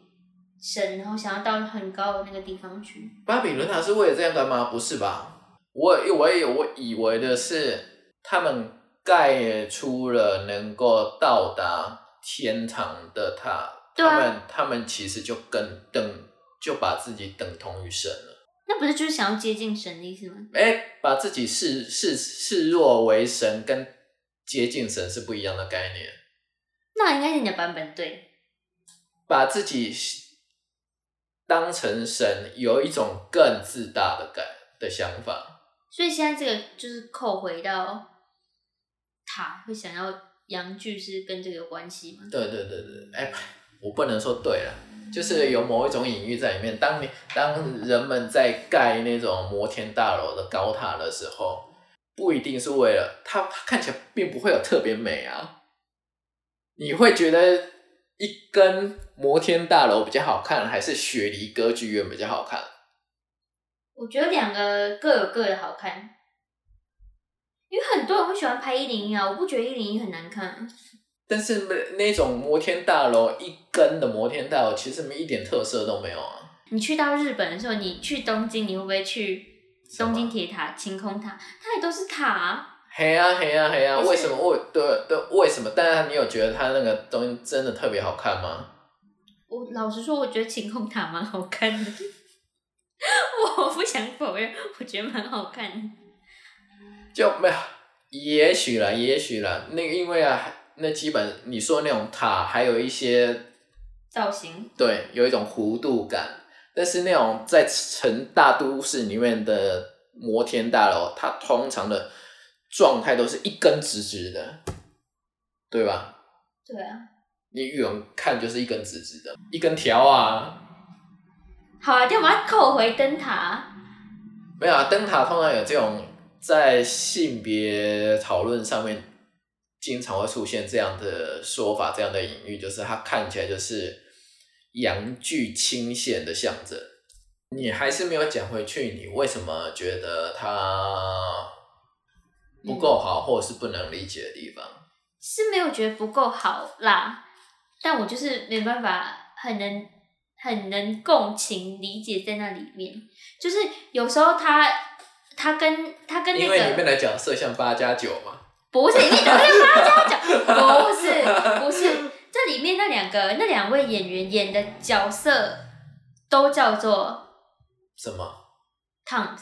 A: 神，然后想要到很高的那个地方去。
B: 巴比伦塔是为了这样干嘛？不是吧？我我也我以为的是，他们盖出了能够到达天堂的塔，
A: 对啊
B: 他们他们其实就更等就把自己等同于神了，
A: 那不是就是想要接近神的意思吗？
B: 哎、把自己视视视若为神，跟接近神是不一样的概念，
A: 那应该是你的版本对，
B: 把自己当成神，有一种更自大的感的想法。
A: 所以现在这个就是扣回到塔会想要阳具是跟这个有关系吗？
B: 对对对对，哎、我不能说对了，就是有某一种隐喻在里面。当你当人们在盖那种摩天大楼的高塔的时候，不一定是为了它，它看起来并不会有特别美啊。你会觉得一根摩天大楼比较好看，还是雪梨歌剧院比较好看？
A: 我觉得两个各有各的好看，因为很多人会喜欢拍一零一啊，我不觉得一零一很难看。啊
B: 但是那种摩天大楼一根的摩天大楼，其实一点特色都没有啊。
A: 你去到日本的时候，你去东京，你会不会去
B: 什么
A: 东京铁塔、晴空塔？它也都是塔啊、
B: 嘿呀、嘿呀、嘿呀、
A: 就是
B: 为什么我对对为什么？但是你有觉得它那个东西真的特别好看吗？
A: 我老实说，我觉得晴空塔蛮好看的， 我不想否认，我觉得蛮好看的。
B: 就没有，也许啦，也许啦，那个因为啊，那基本你说那种塔，还有一些
A: 造型
B: 对，有一种弧度感，但是那种在城大都市里面的摩天大楼，它通常的状态都是一根直直的，对吧？
A: 对啊，
B: 你远看就是一根直直的，一根条啊，
A: 好啊，但我们要扣回灯塔啊，
B: 没有啊，灯塔通常有这种在性别讨论上面经常会出现这样的说法，这样的隐喻，就是它看起来就是阳具倾线的象征。你还是没有讲回去，你为什么觉得它不够
A: 嗯
B: 好，或者是不能理解的地方？
A: 是没有觉得不够好啦，但我就是没办法，很能很能共情理解在那里面，就是有时候他他跟他跟那
B: 因
A: 个
B: 为里面的角色像八加九嘛，
A: 不是，你怎么跟八加九？不是，不是，这里面那两个那两位演员演的角色都叫做
B: 什么
A: Tom，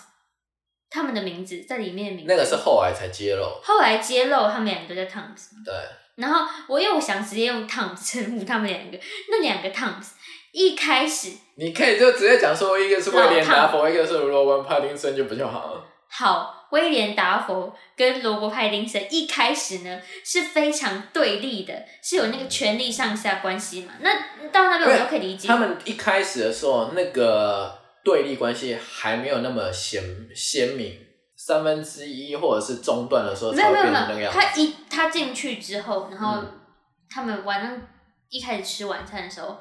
A: 他们的名字在里面的名字。
B: 那个是后来才揭露，
A: 后来揭露他们两个都叫 Tom，
B: 对，
A: 然后我因为我想直接用 Tom 称呼他们两个，那两个 Tom 一开始
B: 你可以就直接讲说，一个是威廉达
A: 老
B: 佛，一个是罗文帕丁森，就不就好了。
A: 好，威廉达佛跟罗伯派丁森一开始呢是非常对立的，是有那个权力上下关系嘛？那到那边我都可以理解。
B: 他们一开始的时候，那个对立关系还没有那么鲜鲜明，三分之一或者是中断的时候
A: 没
B: 才
A: 有
B: 会
A: 没有
B: 变成那个
A: 没有，
B: 样子。
A: 他一他进去之后，然后
B: 嗯
A: 他们晚上一开始吃晚餐的时候，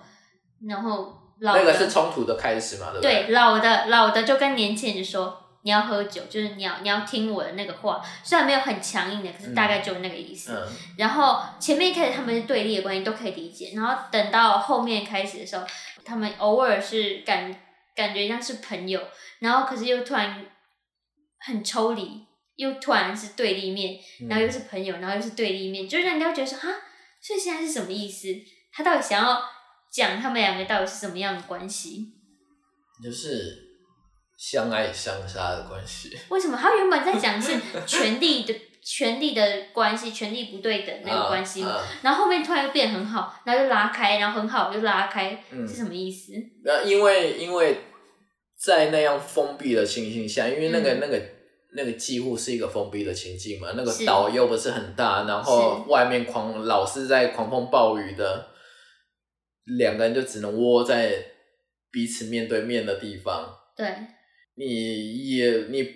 A: 然后老的
B: 那个是冲突的开始嘛，对不对？
A: 对老的老的就跟年轻人就说你要喝酒，就是你要你要听我的那个话，虽然没有很强硬的，可是大概就那个意思。
B: 嗯，
A: 然后前面一开始他们是对立的关系都可以理解，然后等到后面开始的时候，他们偶尔是感感觉像是朋友，然后可是又突然很抽离，又突然是对立面，
B: 嗯
A: 然后又是朋友，然后又是对立面，就是让人家会觉得说啊，所以现在是什么意思？他到底想要讲他们两个到底是什么样的关系？
B: 就是相爱相杀的关系。
A: 为什么他原本在讲 是权力的权力的关系，权力不对等那个关系嘛？
B: 啊
A: 然后后面突然又变很好，然后又拉开，然后很好又拉开，
B: 嗯
A: 是什么意思？
B: 那因为因为在那样封闭的情形下，因为那个、
A: 嗯
B: 那个那个几乎是一个封闭的情境嘛，那个
A: 是
B: 岛又不是很大，然后外面狂老是在狂风暴雨的，两个人就只能窝在彼此面对面的地方。
A: 对，
B: 你也你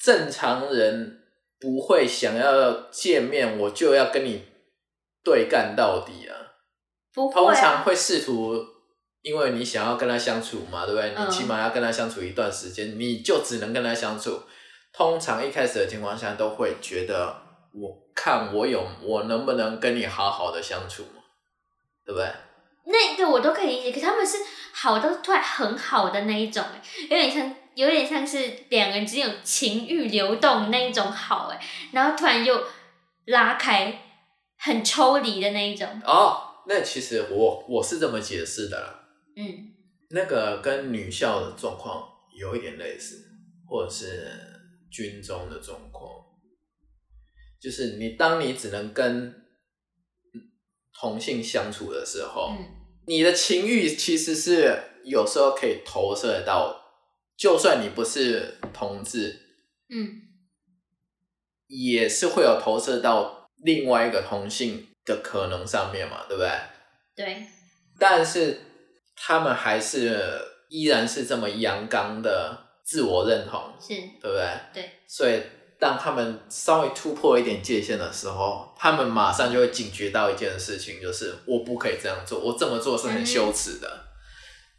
B: 正常人不会想要见面，我就要跟你对干到底啊。
A: 不
B: 通
A: 会、
B: 常
A: 啊，
B: 会试图，因为你想要跟他相处嘛，对不对？
A: 嗯
B: 你起码要跟他相处一段时间，你就只能跟他相处。通常一开始的情况下都会觉得，我看我有我能不能跟你好好的相处嘛，对不对？
A: 那个我都可以理解，可他们是好到突然很好的那一种、欸，有点像有点像是两个人之间有情欲流动那一种好、欸，然后突然又拉开，很抽离的那一种，
B: 哦，那其实我我是这么解释的啦，
A: 嗯，
B: 那个跟女校的状况有一点类似，或者是军中的状况，就是你当你只能跟同性相处的时候，
A: 嗯
B: 你的情欲其实是有时候可以投射到，就算你不是同志，
A: 嗯，
B: 也是会有投射到另外一个同性的可能上面嘛，对不对？
A: 对，
B: 但是他们还是依然是这么阳刚的自我认同，
A: 是，
B: 对不对？
A: 对。
B: 所以当他们稍微突破一点界限的时候，他们马上就会警觉到一件事情，就是我不可以这样做，我这么做是很羞耻的。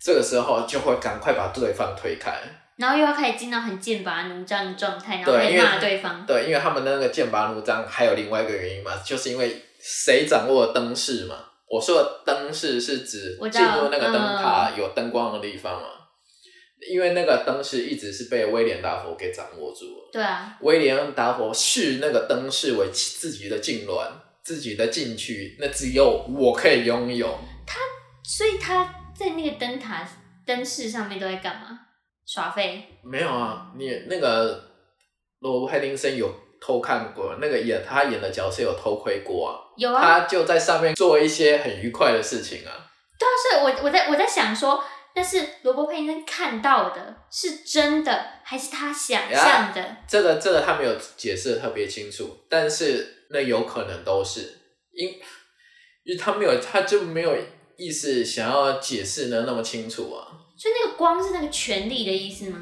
B: 这个时候就会赶快把对方推开，
A: 然后又要开始进到很剑拔弩张的状态，然后
B: 对
A: 开始
B: 因为
A: 骂对方，
B: 对，因为他们那个剑拔弩张，还有另外一个原因嘛，就是因为谁掌握灯饰嘛。我说的灯饰是指
A: 我知
B: 进
A: 道嗯
B: 入那个灯塔有灯光的地方嘛，因为那个灯饰一直是被威廉达佛给掌握住了。
A: 对啊，
B: 威廉达佛视那个灯饰为其自己的痉挛，自己的禁区，那只有我可以拥有。
A: 所以他在那个灯塔灯饰上面都在干嘛？耍废，
B: 没有啊，你那个罗伯·黑林森有偷看过，那个演他演的角色有偷窥过啊。
A: 有啊，
B: 他就在上面做一些很愉快的事情啊。
A: 对啊，所以我我在我在想说，那是罗伯·佩恩森看到的，是真的还是他想象的？
B: 这个这个他没有解释得特别清楚，但是那有可能都是因，因为他没有他就没有意思想要解释的那么清楚啊。
A: 所以那个光是那个权力的意思吗？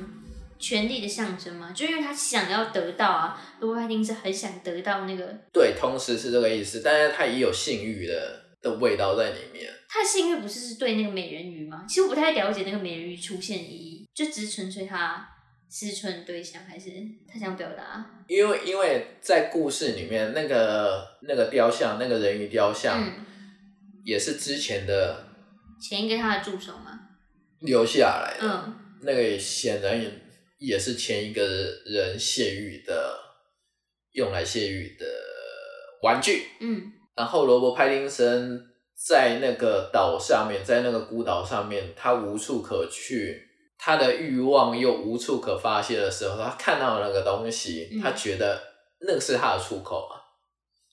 A: 权力的象征吗？就因为他想要得到啊，罗伯·佩恩森很想得到那个，
B: 对，同时是这个意思，但是他也有性欲的的味道在里面。
A: 他的性欲不是是对那个美人鱼吗？其实我不太了解那个美人鱼出现的意义，就只是纯粹他思春的对象，还是他想表达？
B: 因为因为在故事里面，那个那个雕像，那个人鱼雕像，
A: 嗯，
B: 也是之前的
A: 前一个他的助手嘛，
B: 留下来的。
A: 嗯，
B: 那个显然也也是前一个人泄欲的，用来泄欲的玩具。
A: 嗯，
B: 然后罗伯·派丁森在那个岛上面，在那个孤岛上面，他无处可去，他的欲望又无处可发泄的时候，他看到那个东西
A: 嗯，
B: 他觉得那是他的出口啊。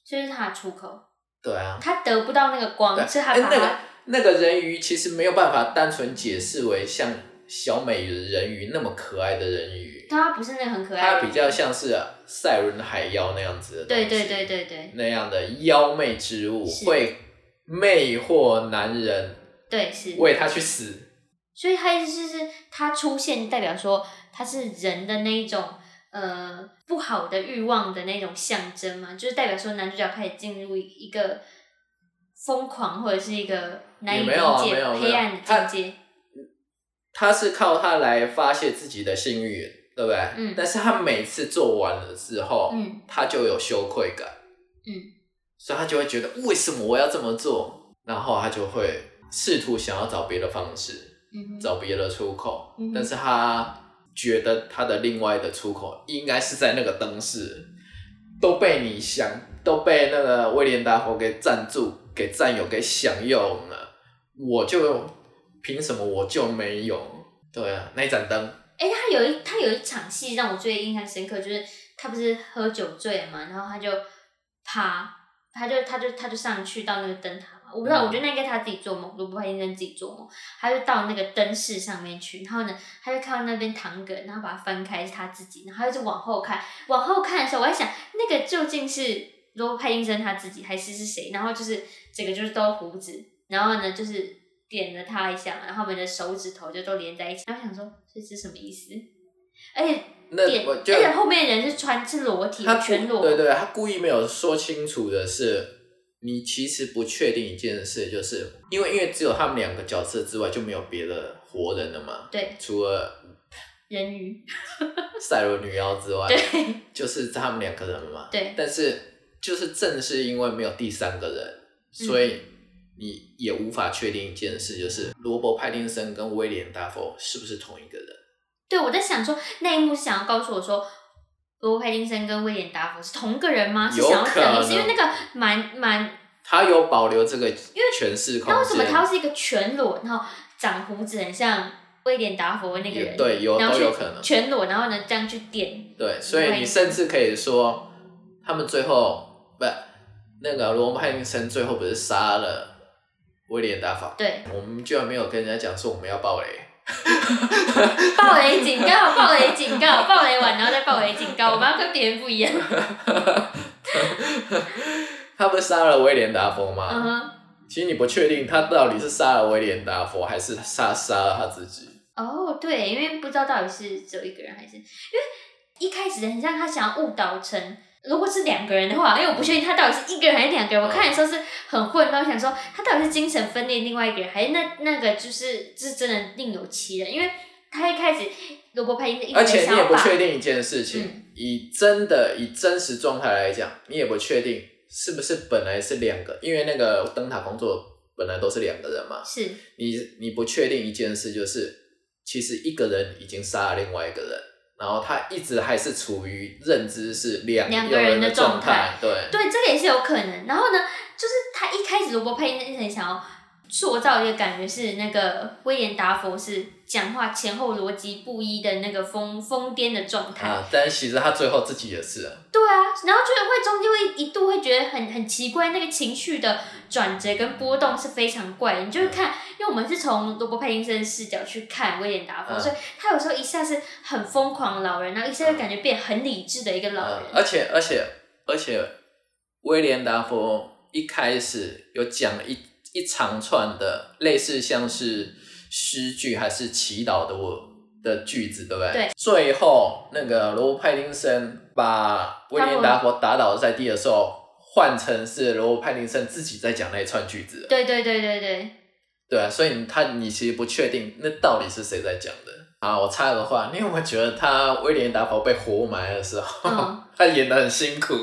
A: 就是他的出口，
B: 对啊，
A: 他得不到那个光，
B: 对
A: 哦是他
B: 哎
A: 把
B: 那个
A: 他
B: 那个人鱼其实没有办法单纯解释为像小美人鱼那么可爱的人鱼。
A: 但啊他不是那个很可爱
B: 它
A: 的，
B: 比较像是啊赛伦海妖那样子的，
A: 对对对，对对
B: 那样的妖媚之物
A: 是
B: 会魅惑男人，
A: 对是，
B: 为他去死。
A: 所以他意思是他出现代表说他是人的那一种呃不好的欲望的那种象征嘛，就是代表说男主角开始进入一个疯狂或者是一个难以
B: 也
A: 理
B: 没有啊
A: 解
B: 没有没有
A: 黑暗的境界，
B: 他是靠它来发泄自己的性欲，对不对？
A: 嗯
B: 但是他每次做完了之后，
A: 嗯，
B: 他就有羞愧感，
A: 嗯，
B: 所以他就会觉得为什么我要这么做？然后他就会试图想要找别的方式，
A: 嗯哼，
B: 找别的出口，
A: 嗯
B: 但是他觉得他的另外的出口应该是在那个灯饰，都被你想，都被那个威廉达佛给占住、给占有、给享用了，我就凭什么我就没有？对啊，那一盏灯，
A: 哎、他有一他有一场戏让我最印象深刻，就是他不是喝酒醉了嘛，然后他就趴，他就他就他就上去到那个灯塔嘛，我不知道，
B: 嗯
A: 我觉得那应该他自己做梦，罗伯·派丁森自己做梦，他就到那个灯饰上面去，然后呢，他就看到那边躺梗，然后把它翻开是他自己，然后他就往后看，往后看的时候，我在想那个究竟是罗伯·派丁森他自己还是是谁？然后就是整个就是都胡子，然后呢就是点了他一下，然后我们的手指头就都连在一起，然后想说这是什么意思？而且
B: 那
A: 点，
B: 我
A: 而
B: 就
A: 且后面人是穿是裸体
B: 他，故
A: 全裸，
B: 对对，他故意没有说清楚的是，你其实不确定一件事，就是因为因为只有他们两个角色之外就没有别的活人了嘛，
A: 对
B: 除了
A: 人鱼，
B: 赛罗女妖之外，
A: 对
B: 就是他们两个人嘛。
A: 对
B: 但是就是正是因为没有第三个人，
A: 嗯
B: 所以你也无法确定一件事，就是罗伯·派丁森跟威廉·达佛是不是同一个人。
A: 对，我在想说那一幕是想要告诉我说。罗伯·派丁森跟威廉·达佛是同一个人吗？是
B: 有
A: 想要
B: 可
A: 等于是因
B: 能
A: 为那个蛮蛮
B: 他有保留这个诠释空间，
A: 那为什么他会是一个全裸，然后长胡子，很像威廉达佛那个
B: 也
A: 人？
B: 对有
A: 然后
B: 都
A: 去
B: 有可能。
A: 全裸，然后呢这样去点，
B: 对，所以你甚至可以说，他们最后不，那个罗伯·派丁森最后不是杀了威廉·达法？
A: 对，
B: 我们居然没有跟人家讲说我们要爆雷，
A: 暴雷警告，暴雷警告，暴雷完然后再暴雷警告，我们要跟别人不一 样。
B: 他不是杀了威廉·达佛吗？
A: 嗯哼，
B: 其实你不确定他到底是杀了威廉·达佛，还是杀杀了他自己。
A: 哦，对，因为不知道到底是只有一个人还是，因为一开始很像他想要误导成。如果是两个人的话，因为我不确定他到底是一个人还是两个人，我看的时候是很混乱，我想说他到底是精神分裂另外一个人，还是那那个就是是真的另有其人？因为他一开始罗伯派一直
B: 而且
A: 想
B: 你也
A: 要
B: 不
A: 把
B: 确定一件事情，
A: 嗯
B: 以真的以真实状态来讲，你也不确定是不是本来是两个，因为那个灯塔工作本来都是两个人嘛。
A: 是
B: 你你不确定一件事，就是其实一个人已经杀了另外一个人，然后他一直还是处于认知是两
A: 两个
B: 有
A: 人的
B: 的状
A: 状态，
B: 对，
A: 对，这个也是有可能。然后呢，就是他一开始罗伯佩恩很想要塑造一个感觉是那个威廉达佛是讲话前后逻辑不一的那个疯疯癫的状态。
B: 啊，但其实他最后自己也是啊，
A: 对啊，然后就是会中间会一度会觉得很很奇怪，那个情绪的转折跟波动是非常怪的。你
B: 嗯
A: 就是看，因为我们是从罗伯·派丁森的视角去看威廉达佛，
B: 嗯
A: 所以他有时候一下是很疯狂的老人，然后一下就感觉变很理智的一个老
B: 嗯
A: 人。，
B: 而且而且而且，威廉达佛一开始有讲了一一长串的类似像是诗句还是祈祷的我的句子，对不对？
A: 对。
B: 最后那个罗伯·派丁森把威廉达佛打倒在地的时候，换成是罗伯·派丁森自己在讲那一串句子，
A: 对对对对对。
B: 对啊，所以你他你其实不确定那到底是谁在讲的。啊，我插个话，你有没有觉得他威廉达佛被活埋的时候，
A: 嗯
B: 他演的很辛苦？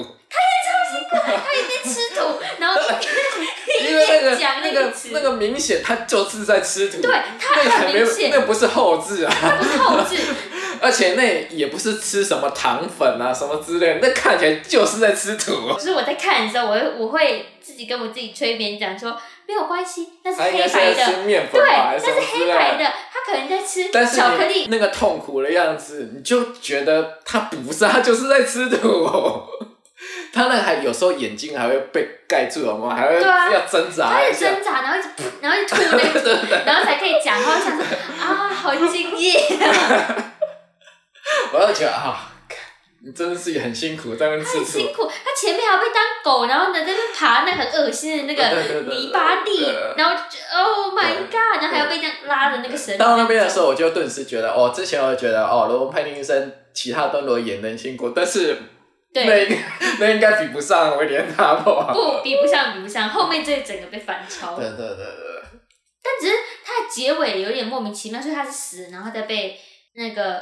A: 他一边吃土，然后一
B: 因为那个
A: 边讲
B: 那
A: 个
B: 个
A: 词，
B: 那个明显他就是在吃土，
A: 对，
B: 那
A: 他
B: 个还
A: 很
B: 没有
A: 明，显，
B: 那不是后置啊，
A: 他不是后置，
B: 而且那也不是吃什么糖粉啊什么之类的，那看起来就是在吃土。
A: 就是我在看的时候，我会我会自己跟我自己催眠讲说没有关系，那是
B: 他啊应
A: 黑
B: 该是
A: 白
B: 在吃
A: 的，
B: 面粉
A: 对，
B: 吧，还
A: 那
B: 是什么
A: 是
B: 之
A: 黑
B: 类
A: 白
B: 的。
A: 的，他可能在吃
B: 但是
A: 巧克
B: 你
A: 力。
B: 那个痛苦的样子，你就觉得他不是，他就是在吃土。哦他那还有时候眼睛还会被盖住，有吗？还会
A: 对啊
B: 要挣
A: 他
B: 扎
A: 在
B: 一下。
A: 挣扎，然后一直噗，然后就吐那个然后才可以讲。然后我想说啊，好敬业，
B: 我要觉得啊，你真的是很辛苦，在那边吃
A: 很
B: 土
A: 辛。苦。他前面还要被当狗，然后呢在那边爬那很恶心的那
B: 对
A: 个
B: 对对对
A: 泥巴地
B: 对，
A: 然后就觉得 Oh my
B: 对
A: God，然后还要被这样拉着那个绳。
B: 到那边的时候，我就顿时觉得，哦，之前我就觉得，哦，罗伯·派丁森其他都罗演的很辛苦，但是那
A: 对，
B: 应那应该比不上威廉·达佛啊。
A: 不，比不上，比不上。后面这整个被反超，
B: 对对对对
A: 但只是它的结尾有点莫名其妙，所以它是死，然后再被那个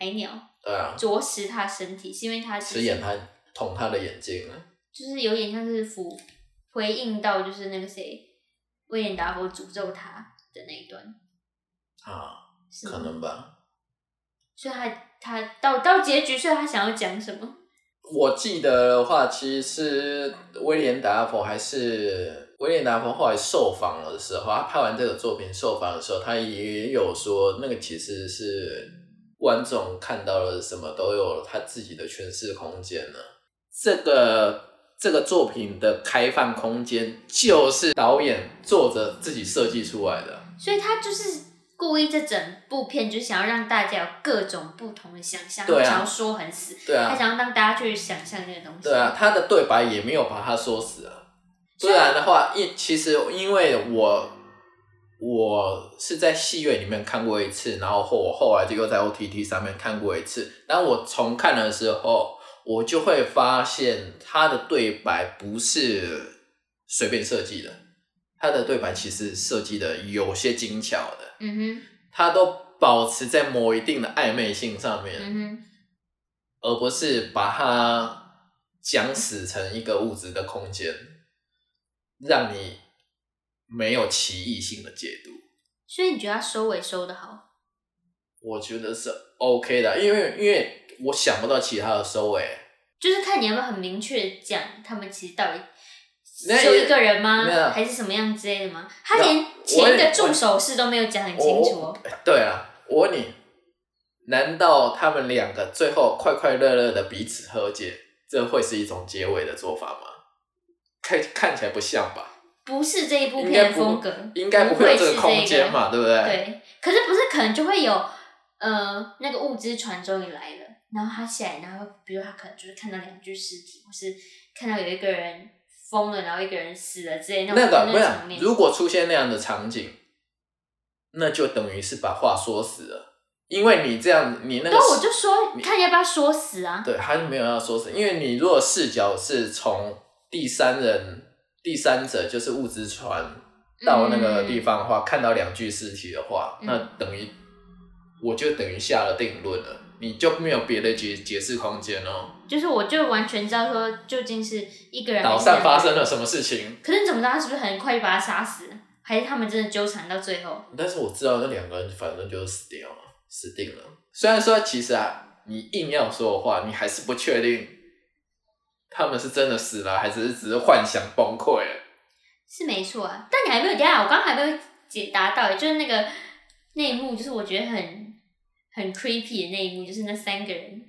A: 海鸟
B: 对啊！
A: 啄食它的身体，是因为它
B: 吃眼他捅他的眼睛了，
A: 就是有点像是符回应到就是那个谁威廉达佛诅咒他的那一段，
B: 啊，
A: 是吗
B: 可能吧。
A: 所以他他到到结局，所以他想要讲什么？
B: 我记得的话，其实是威廉·达佛还是威廉·达佛后来受访的时候，他拍完这个作品受访的时候，他也有说，那个其实是观众看到了什么都有他自己的诠释空间呢。这个这个作品的开放空间，就是导演作者自己设计出来的。
A: 所以他就是故意这整部片就是想要让大家有各种不同的想象，
B: 对
A: 他
B: 啊
A: 想要说很死，
B: 对
A: 他
B: 啊，
A: 想要让大家去想象那个东西。
B: 对啊，，他的对白也没有把他说死啊。不然的话，一其实因为我我是在戏院里面看过一次，然后后我后来就又在 OTT 上面看过一次。然后我重看的时候，我就会发现他的对白不是随便设计的，他的对白其实设计的有些精巧的，
A: 嗯
B: 他都保持在某一定的暧昧性上面。
A: 哼，嗯
B: 而不是把它讲死成一个物质的空间，让你没有歧义性的解读。
A: 哼，所以你觉得他收尾收的好？
B: 我觉得是 OK 的，因为因为我想不到其他的收尾。
A: 就是看你要不要很明确地讲，他们其实到底
B: 那也
A: 只有一个人吗
B: 没有？
A: 还是什么样之类的吗？他
B: 那
A: 连
B: 我
A: 前一
B: 也
A: 个助手势都没有讲很清楚哦。
B: 对啊，我问你，难道他们两个最后快快乐乐的彼此和解，这会是一种结尾的做法吗？看看起来不像吧？
A: 不是这一部
B: 应该
A: 片的
B: 不
A: 风格，
B: 应该
A: 不
B: 不会有这
A: 是
B: 个空间嘛，对不对？
A: 对，可是不是可能就会有呃那个物资船终于来了，然后他起来，然后比如他可能就是看到两具尸体，或是看到有一个人疯了，然后一个人死了之类那种
B: 那个
A: 那
B: 不
A: 种场面
B: 是，。如果出现那样的场景，那就等于是把话说死了，因为你这样，你那
A: 对，
B: 个
A: 我
B: 视
A: 就说看要不要说死啊？
B: 对，还是没有要说死，因为你如果视角是从第三人、第三者，就是物资船到那个地方的话，看到两具尸体的话，
A: 嗯
B: 那等于我就等于下了定论了，你就没有别的解解释空间哦。
A: 就是我就完全知道说究竟是一个人还
B: 岛
A: 是两
B: 上发
A: 个人
B: 生了什么事情？
A: 可是你怎么知道他是不是很快就把他杀死？还是他们真的纠缠到最后？
B: 但是我知道那两个人反正就是死掉了，死定了。虽然说其实啊，你硬要说的话，你还是不确定他们是真的死了，还是只是幻想崩溃了。
A: 是没错啊，但你还没有等一下，我刚刚还没有解答到耶，就是那个那一幕，就是我觉得很很 creepy 的那一幕，就是那三个人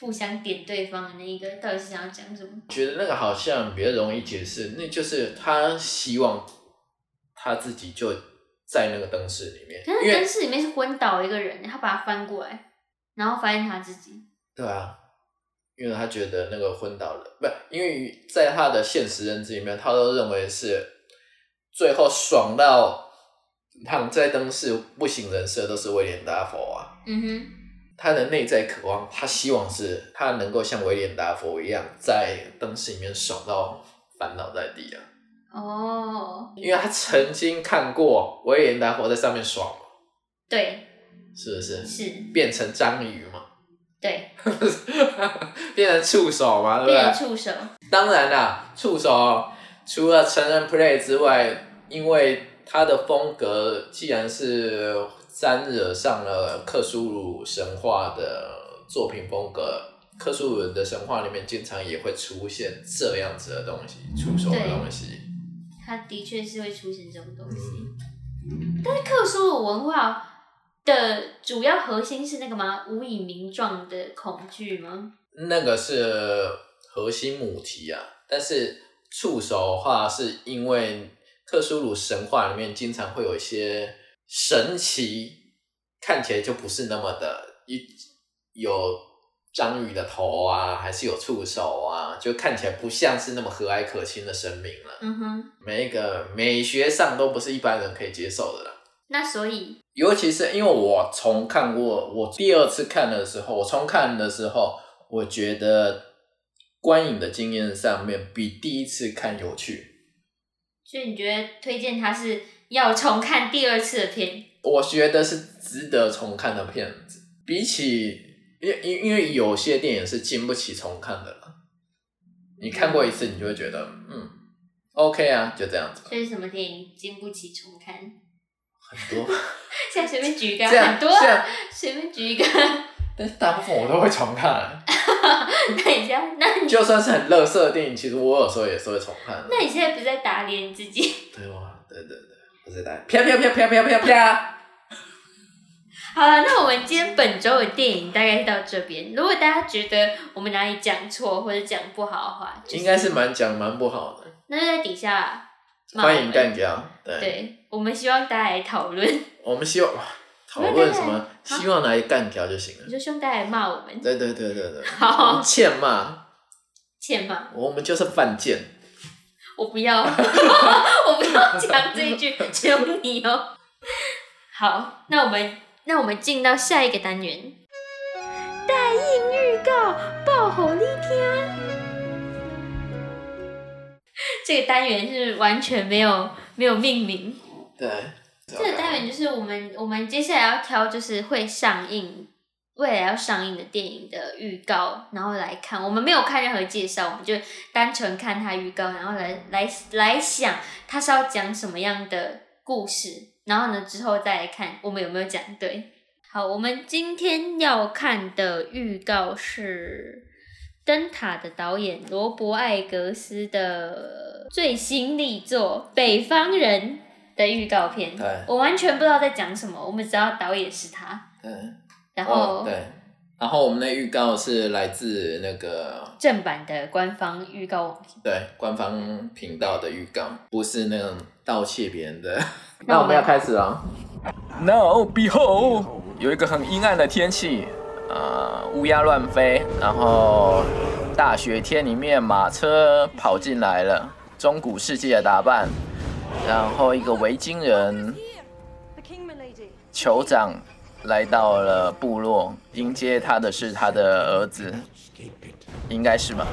A: 互相点对方的那一个，到底是想要讲什么？
B: 觉得那个好像比较容易解释，那就是他希望他自己就在那个灯室里面，
A: 可是
B: 因为
A: 灯室里面是昏倒一个人，他把他翻过来，然后发现他自己，
B: 对啊，因为他觉得那个昏倒了，不，因为在他的现实认知里面，他都认为是最后爽到躺在灯室不省人事的都是威廉达佛啊。
A: 嗯哼，
B: 他的内在渴望，他希望是他能够像威廉达佛一样，在灯室里面爽到烦恼在地啊，
A: 哦，
B: 因为他曾经看过威廉达佛在上面爽嘛，
A: 对，
B: 是不是？
A: 是，
B: 变成章鱼嘛，
A: 对，
B: 变成触手嘛，对不对？
A: 变成触手，
B: 当然啦，触手除了成人 play 之外，因为它的风格既然是沾惹上了克苏鲁神话的作品风格，克苏鲁的神话里面经常也会出现这样子的东西，触手的
A: 对
B: 东西。
A: 它的确是会出现这种东西。但是克苏鲁文化的主要核心是那个吗？无以名状的恐惧吗？
B: 那个是核心母题啊，但是触手的话，是因为克苏鲁神话里面经常会有一些神奇，看起来就不是那么的，一有章鱼的头啊，还是有触手啊，就看起来不像是那么和蔼可亲的神明了。
A: 嗯哼，
B: 每一个美学上都不是一般人可以接受的啦。
A: 那所以，
B: 尤其是因为我重看过，我第二次看的时候，我重看的时候，我觉得观影的经验上面比第一次看有趣。
A: 所以你觉得推荐它是要重看第二次的片？
B: 我觉得是值得重看的片子，比起因因因为有些电影是经不起重看的了。你看过一次，你就会觉得嗯，OK 啊，就这样子吧。
A: 所以什么电影经不起重看？
B: 很多
A: 现在随便举一个啊，
B: 这样
A: 很多啊
B: 这样，
A: 随便举一个。
B: 但是大部分我都会重看，
A: 那你现在，那你
B: 就算是很垃圾的电影，其实我有时候也是会重看的。
A: 那你现在不是在打脸自己？
B: 对哇，对对对，不知道。啪啪啪啪啪啪啪。
A: 好了，那我们今天本周的电影大概到这边。如果大家觉得我们哪里讲错或者讲不好的话，就是
B: 应该是蛮讲蛮不好的，
A: 那就在底下骂我们
B: 欢迎干掉。对，
A: 对，我们希望大家来讨论，
B: 我们希望哇讨
A: 对
B: 论
A: 对
B: 什么，希望来干掉就行
A: 你
B: 了。
A: 说希望大家来骂我们，
B: 对对对对对，
A: 好
B: 我们欠骂，
A: 欠骂，
B: 我们就是犯贱。
A: 我不要， 我不要讲这一 句，只有你哦。好，那我们那我们进到下一个单元。
C: 待应预告，爆火力听。
A: 这个单元是完全没有没有命名。
D: 对，
B: 啊
A: 这个单元就是我们我们接下来要挑就是会上映未来要上映的电影的预告，然后来看。我们没有看任何介绍，我们就单纯看它预告，然后来来来想它是要讲什么样的故事，然后呢之后再来看我们有没有讲对。好，我们今天要看的预告是《灯塔》的导演罗伯·艾格斯的最新力作《北方人》的预告片。
E: 对
A: 我完全不知道在讲什么，我们只知道导演是他，
E: 对，
A: 然
E: 哦
A: 后
E: 对，然后我们的预告是来自那个
A: 正版的官方预告网站。
E: 对官方频道的预告，不是那种盗窃别人的。
A: 那我们要哦
E: 开始了。
B: Now behold，有一个很阴暗的天气，呃，乌鸦乱飞，然后大雪天里面马车跑进来了，中古世纪的打扮，然后一个维京人
C: The king, my lady.
B: 酋长来到了部落，迎接他的是他的儿子，应该是吧。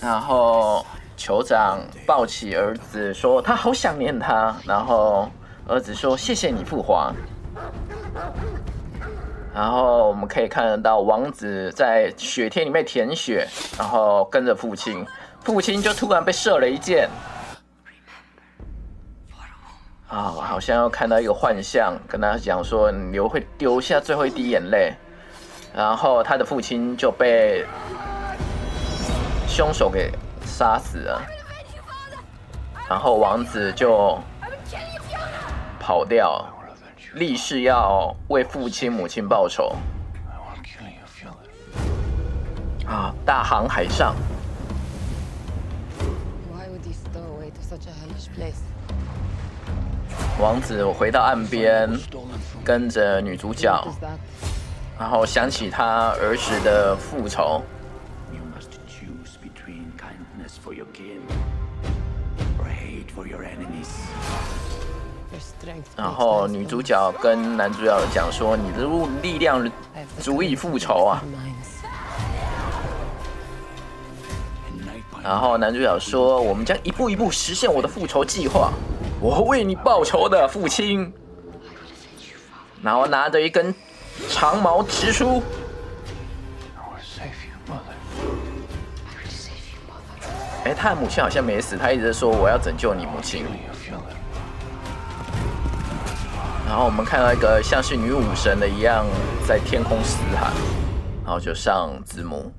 B: 然后酋长抱起儿子说：“他好想念他。”然后儿子说：“谢谢你，父皇。”然后我们可以看得到王子在雪天里面舔雪，然后跟着父亲，父亲就突然被射了一箭，啊、好像又看到一个幻象，跟他讲说你流会丢下最后一滴眼泪，然后他的父亲就被凶手给杀死了，然后王子就跑掉，立誓要为父亲母亲报仇。啊！大航海上，
F: Why would he stow away to such a hellish place?
B: 王子回到岸边，跟着女主角
F: What is that?
B: 然后想起他儿时的复仇，
G: You must choose between kindness for your kin or hate for your enemies.
F: Your strength.
B: 然后女主角跟男主角讲说：“你的力量足以复仇啊
F: Minds.！”
G: And night by
B: 然后男主角说：“我们将一步一步实现我的复仇计划，我会为你报仇的，父亲。”然后拿着一根长矛直出，
G: I will save you, mother.
B: 哎，他的母亲好像没死，他一直说我要拯救你母亲。
G: Your father.
B: 然后我们看到一个像是女武神的一样在天空嘶喊，然后就上字幕。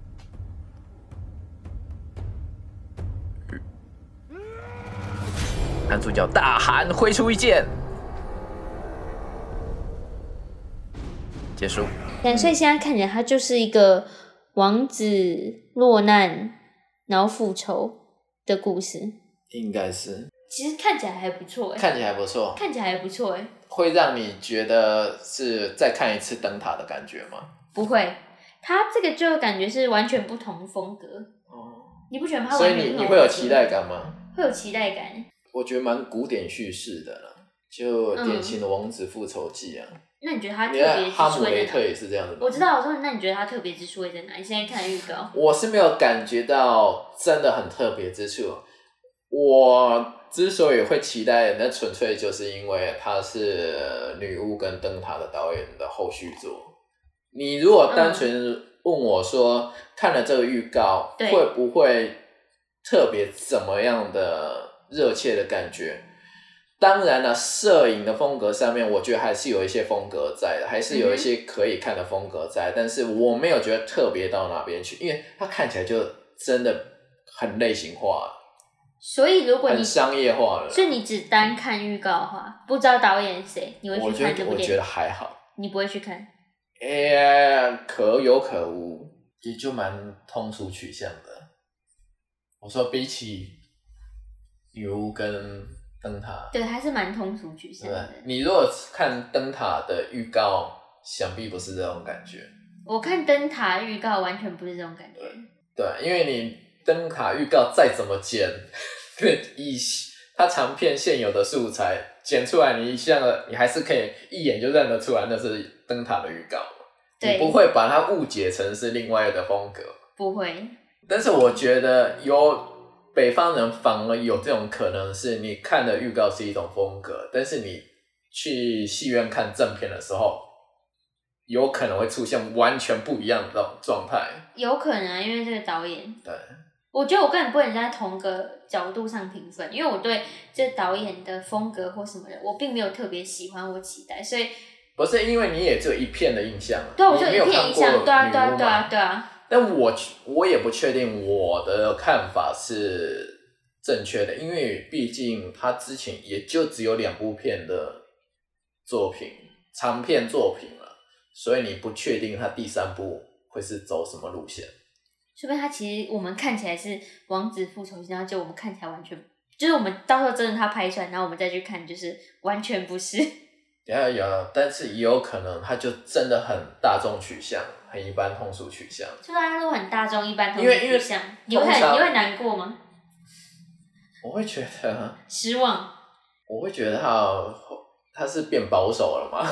B: 男主角大喊，挥出一剑，结束。
A: 但所以现在看起来，他就是一个王子落难，然后复仇的故事。
D: 应该是
A: 其实看起来还不错哎、
D: 看起来不错，
A: 看起来还不错哎、
D: 会让你觉得是再看一次灯塔的感觉吗？
A: 不会，他这个就感觉是完全不同风格。
D: 哦，
A: 你不觉得他
D: 所
A: 完
D: 以
A: 全
D: 你
A: 不同
D: 你
A: 风
D: 会
A: 格
D: 有期待，感吗？
A: 会有期待感。
D: 我觉得蛮古典叙事的啦，就典型的王子复仇记啊。
A: 那你觉得嗯他特
D: 你
A: 别
D: 看
A: 之
D: 哈姆
A: 处
D: 雷
A: 会
D: 特
A: 在哪？
D: 也是这样的吧，
A: 我知道，我说那你觉得他特别之处会在哪？你现在看预告，
D: 我是没有感觉到真的很特别之处。我之所以会期待，那纯粹就是因为它是《女巫》跟《灯塔》的导演的后续作。你如果单纯问我说，看了这个预告
A: 对
D: 会不会特别怎么样的热切的感觉？当然了，摄影的风格上面，我觉得还是有一些风格在的，还是有一些可以看的风格在，但是我没有觉得特别到哪边去，因为它看起来就真的很类型化，
A: 所以如果你
D: 很商业化了。
A: 所以你只单看预告的话，不知道导演是谁，你会
D: 我
A: 去
D: 觉
A: 看
D: 得
A: 这部
D: 我
A: 电
D: 觉
A: 影
D: 得？还好，
A: 你不会去看？
D: 哎、可有可无，也就蛮通俗取向的。我说比起女巫跟灯塔，
A: 对，还是蛮通俗取向
D: 对吧
A: 的。
D: 你如果看灯塔的预告，想必不是这种感觉。
A: 我看灯塔预告完全不是这种感觉，
B: 对，因为你灯卡预告再怎么剪， 对，以它长片现有的素材剪出来，你一下子你还是可以一眼就认得出来那是灯塔的预告，你
A: 对，
B: 不会把它误解成是另外的风格。
A: 不会，
B: 但是我觉得有北方人反而有这种可能，是你看的预告是一种风格，但是你去戏院看正片的时候，有可能会出现完全不一样的状状态。
A: 有可能啊，因为这个导演，
B: 对，
A: 我觉得我根本不能在同个角度上评分，因为我对这导演的风格或什么的，我并没有特别喜欢或期待，所以
B: 不是因为你也只有一片的印象嘛，
A: 对啊我
B: 你
A: 就
B: 没有
A: 一片
B: 看
A: 印
B: 过
A: 象，对啊，对
B: 女
A: 啊，
B: 巫
A: 对啊
B: 嘛，
A: 对啊，
B: 但我我也不确定我的看法是正确的，因为毕竟他之前也就只有两部片的作品，长片作品了，所以你不确定他第三部会是走什么路线。
A: 说明他其实我们看起来是王子复仇记，然后就我们看起来完全。就是我们到时候真的他拍出来，然后我们再去看，就是完全不是。
B: 然后有，但是也有可能他就真的很大众取向，很一般通俗取向。
A: 就大家都很大众，一般同
B: 因为因为
A: 像你会很
B: 通常
A: 你会难过吗？
B: 我会觉得，
A: 失望？
B: 我会觉得他他是变保守了吗？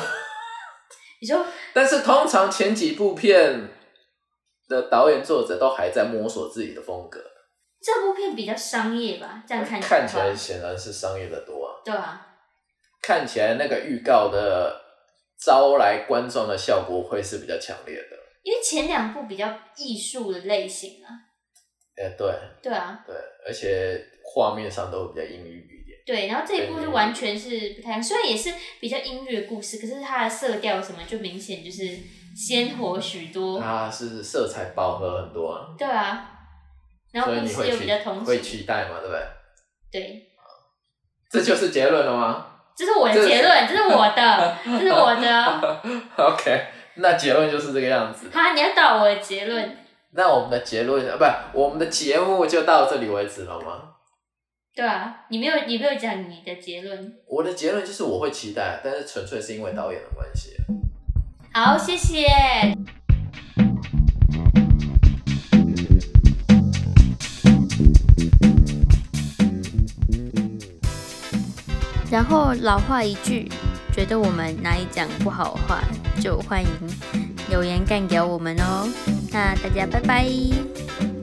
A: 你说
B: 但是通常前几部片的导演作者都还在摸索自己的风格，
A: 这部片比较商业吧？这样看起来
B: 看
A: 的
B: 起
A: 话
B: 来显然是商业的多啊。
A: 对啊，
B: 看起来那个预告的招来观众的效果会是比较强烈的。
A: 因为前两部比较艺术的类型啊，
B: 哎、对
A: 对啊，
B: 对，而且画面上都会比较阴郁一点。
A: 对，然后这一部就完全是不太一样，虽然也是比较音乐故事，可是它的色调什么就明显就是鲜活许多，
B: 它是色彩饱和很多、啊，
A: 对啊，然后
B: 所以
A: 故
B: 你
A: 事
B: 会
A: 又比较
B: 期
A: 同
B: 会
A: 情，
B: 期待嘛，对不对？
A: 对，
B: 这就是结论了吗
A: 这是我的
B: 这是
A: 结论，这是我 的，这是我的，
B: ？OK，那结论就是这个样子。
A: 哈，你要到我的结论，
B: 那我们的结论啊，不，我们的节目就到这里为止了吗？
A: 对啊，你没有你没有讲你的结论。
B: 我的结论就是我会期待，但是纯粹是因为导演的关系。
A: 好，谢谢。然后老话一句，觉得我们哪里讲不好话，就欢迎留言干掉我们哦。那大家拜拜。